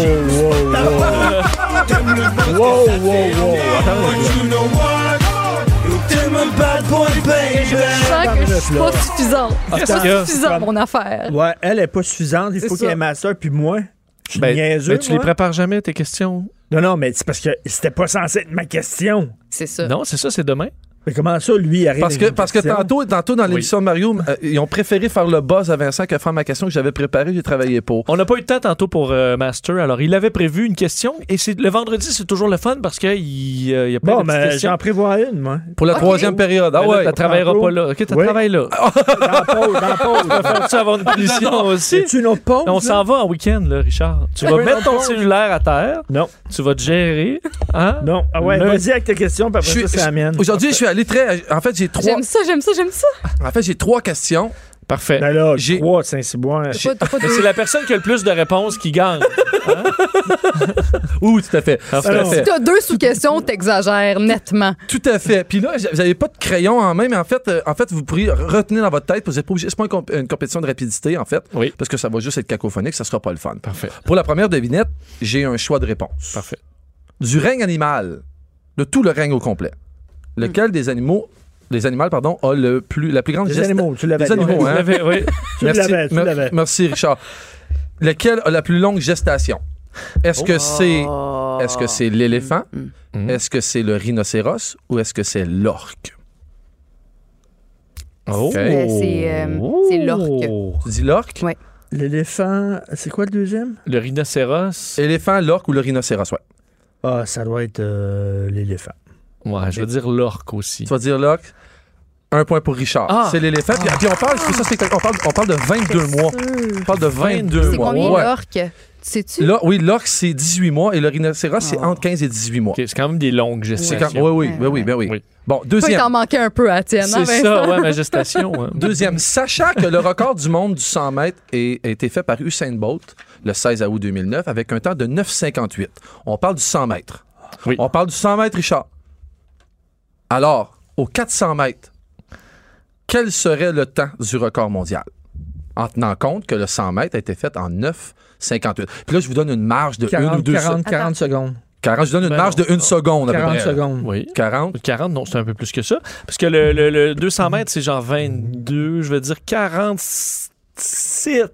Je sens que je suis pas suffisante. Je suis
Parce que-
pas suffisante, mon affaire.
Ouais, elle est pas suffisante. Il
C'est
faut qu'il y ait
ça.
master, puis moi. Je suis
Ben,
niaiseux,
mais tu les
moi.
prépares jamais, tes questions?
Non, non, mais c'est parce que c'était pas censé être ma question.
C'est ça.
Non, c'est ça, c'est demain.
Mais comment ça, lui, il arrive
Parce que,
avec une
parce que
question?
tantôt, tantôt dans l'émission de Mario, euh, ils ont préféré faire le buzz à Vincent que faire ma question que j'avais préparée, j'ai travaillé pour.
On n'a pas eu de temps tantôt pour euh, Master. Alors, il avait prévu une question. Et c'est le vendredi, c'est toujours le fun parce qu'il euh, y a plein
Bon,
de petites
mais
questions.
j'en prévois une,
*laughs*
moi.
Pour la troisième période. Ah
Mais là,
ouais.
t'as travailleras pas là. OK, t'as
Oui. Ah!
travaillé là.
*laughs*
tu vas avoir une punition aussi?
Tu n'as pas.
On s'en va en week-end, là, Richard. Tu vas
Oui,
mettre ton
non,
cellulaire à terre.
Non.
Tu vas te gérer. Hein?
Non. Ah ouais,
Le-
vas-y avec ta question, puis après ça, c'est la mienne.
Aujourd'hui, je suis allé très. En fait, j'ai trois.
J'aime ça, j'aime ça, j'aime ça.
En fait, j'ai trois questions.
Parfait.
Ben là, trois, Saint-Cyboire.
Pas- pas
Mais
de-
c'est la personne qui a le plus de réponses qui gagne.
Ouh, tout à fait. Tout à
Alors,
fait.
Si t'as deux sous-questions, t'exagères nettement.
Tout à fait. Puis là, vous n'avez pas de crayon en main, mais en fait, euh, en fait, vous pourriez retenir dans votre tête. Vous n'êtes pas obligé. C'est pas une, comp- une compétition de rapidité, en fait.
Oui.
Parce que ça va juste être cacophonique, ça sera pas le fun.
Parfait.
Pour la première devinette, j'ai un choix de réponse.
Parfait.
Du règne animal, de tout le règne au complet, lequel des animaux, des animaux, pardon, a le plus, la plus grande
Des
gesta-
animaux, tu l'avais.
Des animaux,
Tu
*laughs*
hein?
l'avais, oui.
Tu
Merci,
l'avais, tu
mer-
l'avais.
merci, Richard. Lequel a la plus longue gestation? Est-ce que c'est
Oh.
est-ce que c'est l'éléphant?
Mm,
Mm.
Mm. Est-ce que c'est le rhinocéros ou est-ce que c'est l'orque? Oh.
Euh, c'est, euh, c'est l'orque.
Oh.
Tu dis l'orque?
Ouais.
L'éléphant, c'est quoi le deuxième?
Le rhinocéros.
Éléphant, l'orque ou le rhinocéros, ouais.
Ah, ça doit être euh, l'éléphant.
Ouais, je veux dire l'orque aussi.
Tu vas dire l'orque. Un point pour Richard.
Ah.
C'est l'éléphant. Puis, puis on parle, c'est ça, c'est- on parle, on parle de 22 mois. On parle de 22
C'est
mois.
combien
Ouais.
l'orque? Sais-tu?
Là, oui, l'orque, c'est 18 mois et le rhinocéros, c'est
Ah.
entre 15 et 18 mois.
Ok, c'est quand même des longues
C'est
gestations.
quand- oui, oui, oui, oui, ben oui.
Oui.
Bon,
Peut
deuxième.
t'en manquer un peu à tienne. hein,
C'est ben
Vincent?
ça, ouais, ma gestation. hein.
Deuxième, sachant que le record du monde du 100 mètres est- a été fait par Usain Bolt le 16 août 2009 avec un temps de 9,58. On parle du 100 mètres.
Oui.
On parle du 100 mètres, Richard. Alors, aux 400 mètres, quel serait le temps du record mondial? En tenant compte que le 100 mètres a été fait en 9,58. Puis là, je vous donne une marge de 1 ou
40,
2
40, 40 secondes.
40, je vous donne une
Ben
marge
non.
de 1 seconde à peu
40
près.
secondes.
Oui.
40.
40, non, c'est un peu plus que ça. Parce que le, le- le 200 mètres, c'est genre 22, je veux dire *laughs* 47.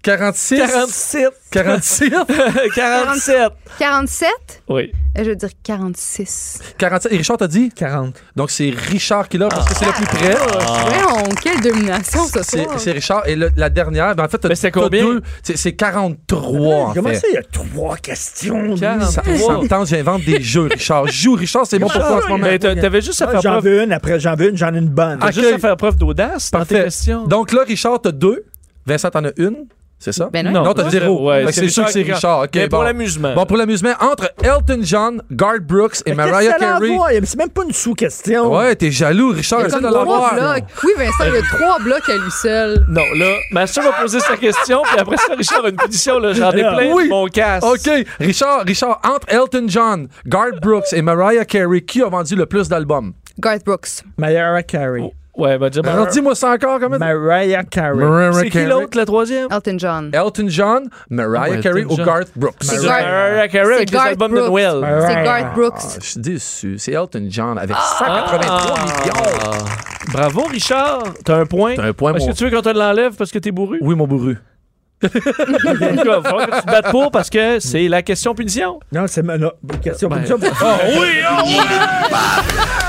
46.
*laughs*
47.
46.
47.
47?
Oui.
Euh, Je veux dire 46.
47. Et Richard t'a dit?
40.
Donc, c'est Richard qui l'a parce que
Ah.
c'est le plus près.
Ah.
Voyons, quelle domination ce
Ah. C'est
soir.
c'est Richard. Et le- la dernière, ben, en fait, t'as-
Mais c'est
t'as
combien?
deux. C'est c'est 43, en
Comment
fait.
ça, il y a trois questions? lui?
43.
Ça, ça me tente, j'invente des jeux, Richard. Joue, Richard, c'est bon pour toi en ce moment.
Ben, t'a- t'avais juste à
Ah,
faire
J'en
preuve.
veux une, après j'en veux une, j'en ai une bonne.
t'as
ok.
juste à faire preuve d'audace dans tes
Parfait.
questions.
Donc là, Richard, t'as deux. Vincent, t'en as une. C'est ça?
Ben non,
Non,
t'as
non.
zéro.
Ouais,
Fait que
c'est
c'est sûr que c'est
Richard qui
Richard.
gagne.
OK,
Mais pour
bon.
l'amusement.
Bon, pour l'amusement, entre Elton John, Garth Brooks et
Mais
Mariah
qu'est-ce que ça
Carey.
l'envoie? C'est même pas une sous-question.
Ouais, t'es jaloux,
Il
Richard.
y a
Essaie
comme
de
trois
l'avoir.
blocs. Oui, Vincent, il y a trois blocs à lui seul.
Non, là, Master va poser sa question, puis après ça, Richard a une position, là, j'en ai
Alors,
plein
oui.
de mon casse.
OK, Richard, Richard, entre Elton John, Garth Brooks et Mariah Carey, qui a vendu le plus d'albums?
Garth Brooks.
Mariah Carey.
Oh.
Ouais, ben, déjà, ben,
Alors, dis-moi ça encore, comment?
Mariah Carey.
Mariah
c'est qui l'autre, la troisième?
Elton John.
Elton John, Mariah
Ouais,
Carey
Elton
ou
John.
Garth Brooks?
C'est
Mariah Mariah Carey avec
C'est
les
Garth
albums de
Brooks.
Noël.
C'est
Mariah.
Garth
Ah,
Brooks.
je suis déçu. C'est Elton John avec 183 millions.
Ah. Bravo, Richard. T'as un point.
T'as un point,
Est-ce
mon-
que tu veux qu'on te l'enlève parce que t'es bourru?
Oui, mon bourru.
En *laughs* tout cas, il va falloir que tu te battes pour parce que c'est la question punition.
Non, c'est ma non, une question
Ben-
comme ça.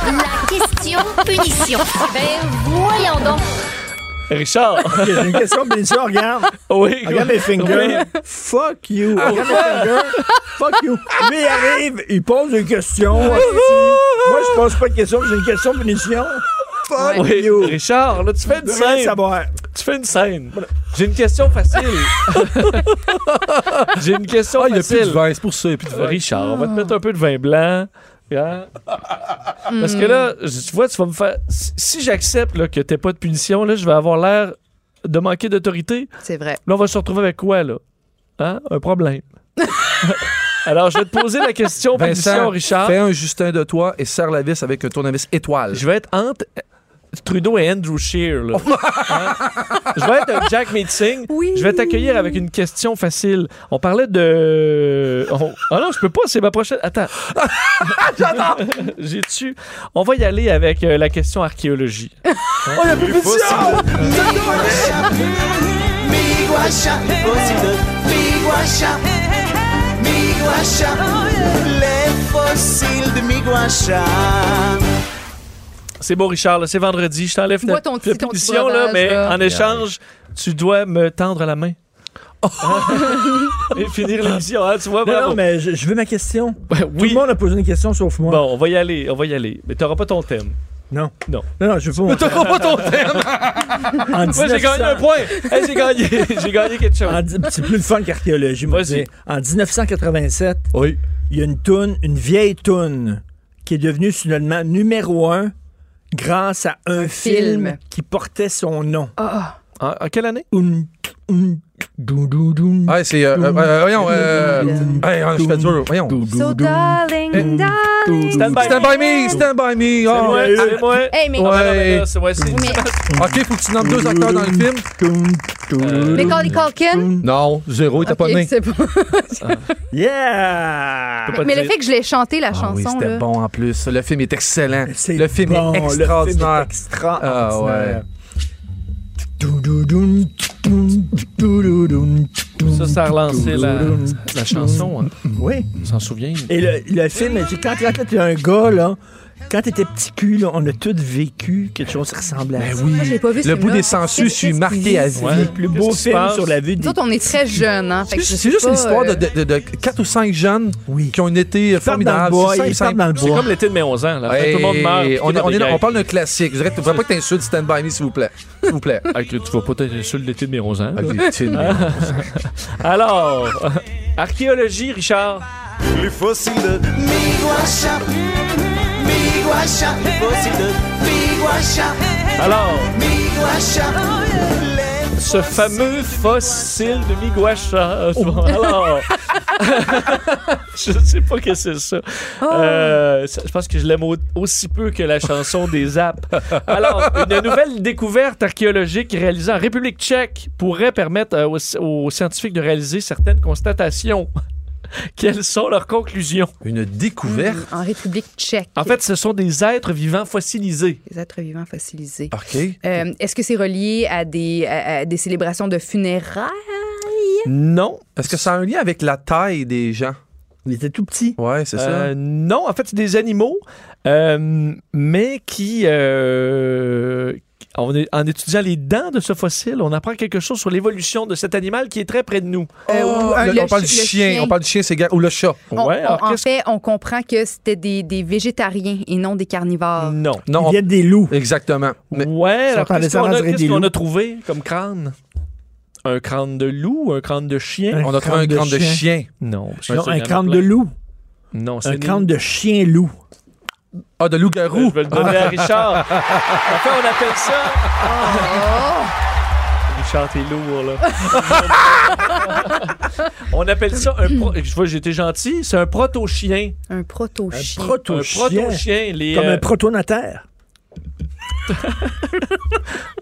La question punition. *laughs* Ben voyons donc.
Richard.
Ok, j'ai une question bien sûr, regarde.
oui.
Regarde mes fingers. Fuck you.
Ah,
Regarde mes fingers. Fuck you. Lui, il arrive, il pose une question.
Ah,
Moi, je pose pas de question, j'ai une question punition. Fuck
Oui.
you.
Richard, là, tu fais une
Je veux rien
scène.
savoir.
Tu fais une scène. J'ai une question facile. J'ai une question
Il n'y a plus de
facile.
vin, c'est pour ça, il n'y a plus de vin.
Richard, on va te mettre un peu de vin blanc. Hein? Parce que là, je- tu vois, tu vas me faire. Si si j'accepte là, que t'aies pas de punition, là, je vais avoir l'air de manquer d'autorité.
C'est vrai.
Là, on va se retrouver avec quoi, là? Hein? Un problème. Alors, je vais te poser la question, punition,
Vincent,
Richard.
fais un Justin de toi et serre la vis avec un tournevis étoile.
Je vais être entre Trudeau et Andrew Scheer. là. Hein? Je vais être un Jack Meeting.
Oui.
Je vais t'accueillir avec une question facile. On parlait de. on- Ah non, je peux pas, c'est ma prochaine. Attends. J'adore. J'ai tu. On va y aller avec euh, la question archéologie. C'est beau, Richard. là, C'est vendredi. Je t'enlève
Bois
la,
ton
la
petit- ton petit
punition, là,
breuvage,
mais
là.
en échange, tu dois me tendre la main. *laughs* Et finir l'émission, hein, tu vois,
Non,
bravo.
non, mais je, je veux ma question. Tout
oui.
le monde a posé une question sauf moi.
Bon, on va y aller, on va y aller. Mais t'auras pas ton thème.
Non.
Non.
Non, non, je veux pas.
Mais t'auras pas ton thème!
En
Moi, j'ai
1900.
gagné un point! Hey, j'ai gagné! *laughs* j'ai gagné quelque chose.
En dix- C'est plus le fun qu'archéologie, moi, je dis. En 1987, il y a une toune, une vieille toune, qui est devenue soudainement numéro un grâce à un, film.
film.
qui portait son nom.
Ah,
En, en quelle année?
Ouais, c'est. euh, euh, euh, voyons, euh, hey, je fais dur, voyons.
So darling, darling.
Stand by, me, stand by me. oh,
moi,
ouais.
c'est moi.
Hey, mais-
Ouais.
Ah, ben,
ben, là, c'est- ouais, c'est-
Ok, faut que tu nommes deux acteurs dans le film. Euh.
Macaulay Culkin?
Non, zéro, il t'a
Ok,
pas né.
c'est pas-
Yeah!
Je peux pas
mais
te
le
dire.
fait que je l'ai chanté, la
Ah oui,
chanson,
c'était
là.
bon en plus. Le film est excellent. Le film
bon,
est
le film est
extraordinaire. Ah ouais.
extraordinaire. Ça,
ça a relancé la, la chanson. hein.
Oui.
On s'en souvient.
Et le, le film, j'ai- quand, quand t'étais un gars, là, quand t'étais petit cul, là, on a tous vécu quelque chose qui ressemblait
Ben
à ça.
Moi, je l'ai pas vu, ce
Le bout
film-là.
des sangsues, je suis marqué à vie.
Ouais. Le plus beau
Qu'est-ce qui se
film
passe?
sur la vue des
Nous autres, on est très jeunes, hein. fait que je sais
C'est juste
pas,
une histoire de,
euh,
de, de, de quatre ou cinq jeunes qui ont été
partent dans le
formidables.
bois,
C'est simple,
ils partent
simple.
dans le
C'est
bois.
comme l'été de mes 11 ans. Là.
Hey,
Tout le monde meurt. puis tout
on, est-
le
on,
monde
est-
gagne.
on parle d'un classique. Je dirais que tu ne pas que tu insultes Stand By Me, s'il vous plaît. S'il vous plaît.
Ah, que
*laughs*
tu vas pas t'être sur l'été de mes 11 ans.
Ah, l'été de mes
Ah. Alors, *laughs* archéologie, Richard.
Les fossiles de Miguacha. Miguacha. Les fossiles de Miguacha.
Alors,
Miguacha. Les
ce fameux fossile de Miguacha. Euh,
Oh. *laughs*
Alors, je sais pas que c'est ça.
Oh.
Euh, ça- je pense que je l'aime au- aussi peu que la chanson des apps. Alors, une nouvelle découverte archéologique réalisée en République tchèque pourrait permettre euh, aux, aux scientifiques de réaliser certaines constatations. *laughs* Quelles sont leurs conclusions?
Une découverte.
En République tchèque.
En fait, ce sont des êtres vivants fossilisés.
Les êtres vivants fossilisés.
OK.
Euh, Est-ce que c'est relié à des, à- à des célébrations de funérailles?
Non.
Est-ce que ça a un lien avec la taille des gens?
Ils étaient tout petits.
Ouais, c'est
Euh, non, en fait, c'est des animaux, euh, mais qui. euh, on est- en étudiant les dents de ce fossile, on apprend quelque chose sur l'évolution de cet animal qui est très près de nous.
ça? Oh,
euh,
le-
le
on parle
chi-
du
le
chien.
chien.
On parle du chien, c'est gars. Ou le chat.
On-
Ouais,
on-
alors
en
qu'est-ce-
fait, on comprend que c'était des, des végétariens et non des
Ah.
carnivores.
Non.
Non,
Ils
on-
viennent des loups.
exactement. Mais
Ouais, alors
sont en
qu'est-ce qu'on a,
descendance
qu'est-ce
des
qu'on a
loups.
trouvé comme crâne? Un crâne de loup, un crâne de chien?
on a trouvé
crâne
un
de
crâne de
chien.
chien.
Non. parce que
Non,
ça, il
un
y en a
crâne
plein.
de loup.
Non, c'est
Un crâne de chien-loup.
Ah, de
Je
loup-garou.
vais le donner à Richard. Enfin, on appelle ça. Richard, t'es lourd, là. on appelle ça un. pro- Je vois, j'étais gentil. C'est un proto-chien.
Un proto-chien.
Un proto-chien. les,
Comme
euh,
un protonataire.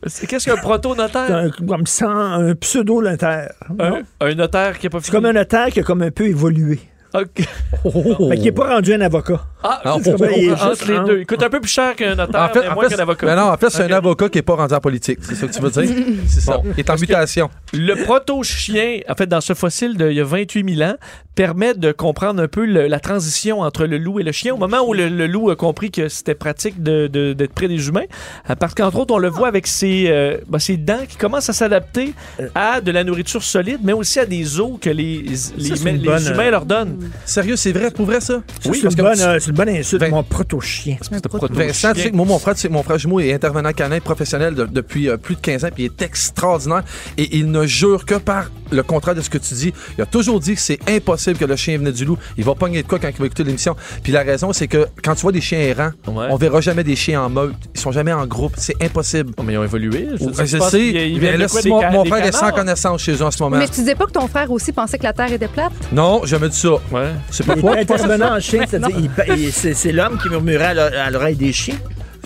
c'est- Qu'est-ce qu'un proto-notaire?
Un- Comme sans un pseudo-notaire.
Un,
Non?
un notaire qui n'a pas fini.
C'est comme un notaire qui a comme un peu évolué.
Ok. Oh!
Fait qu'il n'est pas rendu un avocat.
Ah,
Ah,
c'est
oh,
comme-
oh, oh,
entre
juste
les
un.
deux. Il coûte un peu plus cher qu'un notaire,
En fait,
mais
en
moins
fait,
qu'un avocat.
mais non, en fait, c'est
Ok.
un avocat qui n'est pas rendu en politique. C'est ça que tu veux dire?
*laughs*
C'est ça. Il est en mutation.
Le proto-chien, en fait, dans ce fossile d'il y a 28 000 ans, permet de comprendre un peu le- la transition entre le loup et le chien. Au moment où le, le loup a compris que c'était pratique de- de- d'être près des humains, euh, parce qu'entre autres, on le voit avec ses, euh, ben, ses dents qui commencent à s'adapter à de la nourriture solide, mais aussi à des os que les, les,
c'est une
les
bonne,
humains
euh,
leur donnent.
Sérieux, c'est vrai? Pour vrai, ça?
Ça,
Oui,
c'est
parce
une,
que
bonne, euh, c'est une bonne insulte.
Ben
Vingt-
Mon proto-chien.
Vincent, tu sais que moi, mon frère, tu sais, mon frère jumeau est intervenant canin professionnel de- depuis euh, plus de 15 ans, puis il est extraordinaire. Et il ne jure que par le contraire de ce que tu dis. Il a toujours dit que c'est impossible que le chien venait du loup. Il va pogner de quoi quand il va écouter l'émission. Puis la raison, c'est que quand tu vois des chiens errants,
Ouais.
on verra jamais des chiens en meute. Ils sont jamais en groupe. C'est impossible.
Oh, mais ils ont évolué.
Ah, Je,
veux dire, pense
sais,
qu'il y a- il
mais
vient de
là,
quoi,
si
des
mon,
ca-
mon
des
frère est sans
canards?
connaissance chez eux en ce moment.
Mais tu disais pas que ton frère aussi pensait que la Terre était plate?
Non, jamais dit ça.
Ouais.
C'est pas
Il était
quoi?
intervenant en chien, c'est-à-dire, il pa- il- c'est c'est l'homme qui murmurait à l'o- à l'oreille des chiens.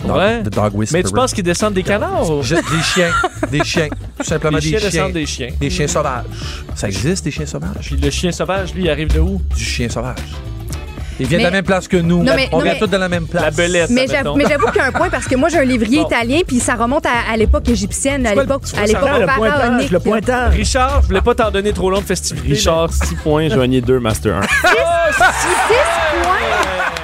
Dog-
Ouais.
the dog
Mais
whisperer.
tu penses qu'ils descendent des canards? ou-
Je- des chiens. Des chiens. Tout simplement
Les
des
chiens
chiens.
descendent des chiens.
Des chiens sauvages. Ça existe, des chiens sauvages?
Puis le chien sauvage, lui, il arrive de où?
Du chien sauvage. Ils viennent
Mais-
de la même place que nous.
Non, mais-
On
non,
vient
mais-
tous de la même place.
La belette.
Mais
ça, mettons.
j'avoue mais j'avoue qu'il y a un point parce que moi j'ai un lévrier
Bon.
italien puis ça remonte à, à l'époque égyptienne, à
quoi le-
l'époque
c'est quoi
à
ça?
l'époque
Ah, le pointage,
pharaonique.
le pointage.
Richard, je voulais pas t'en donner trop long de festivité.
Richard, 6 points, Joigné 2, Master 1.
Six points.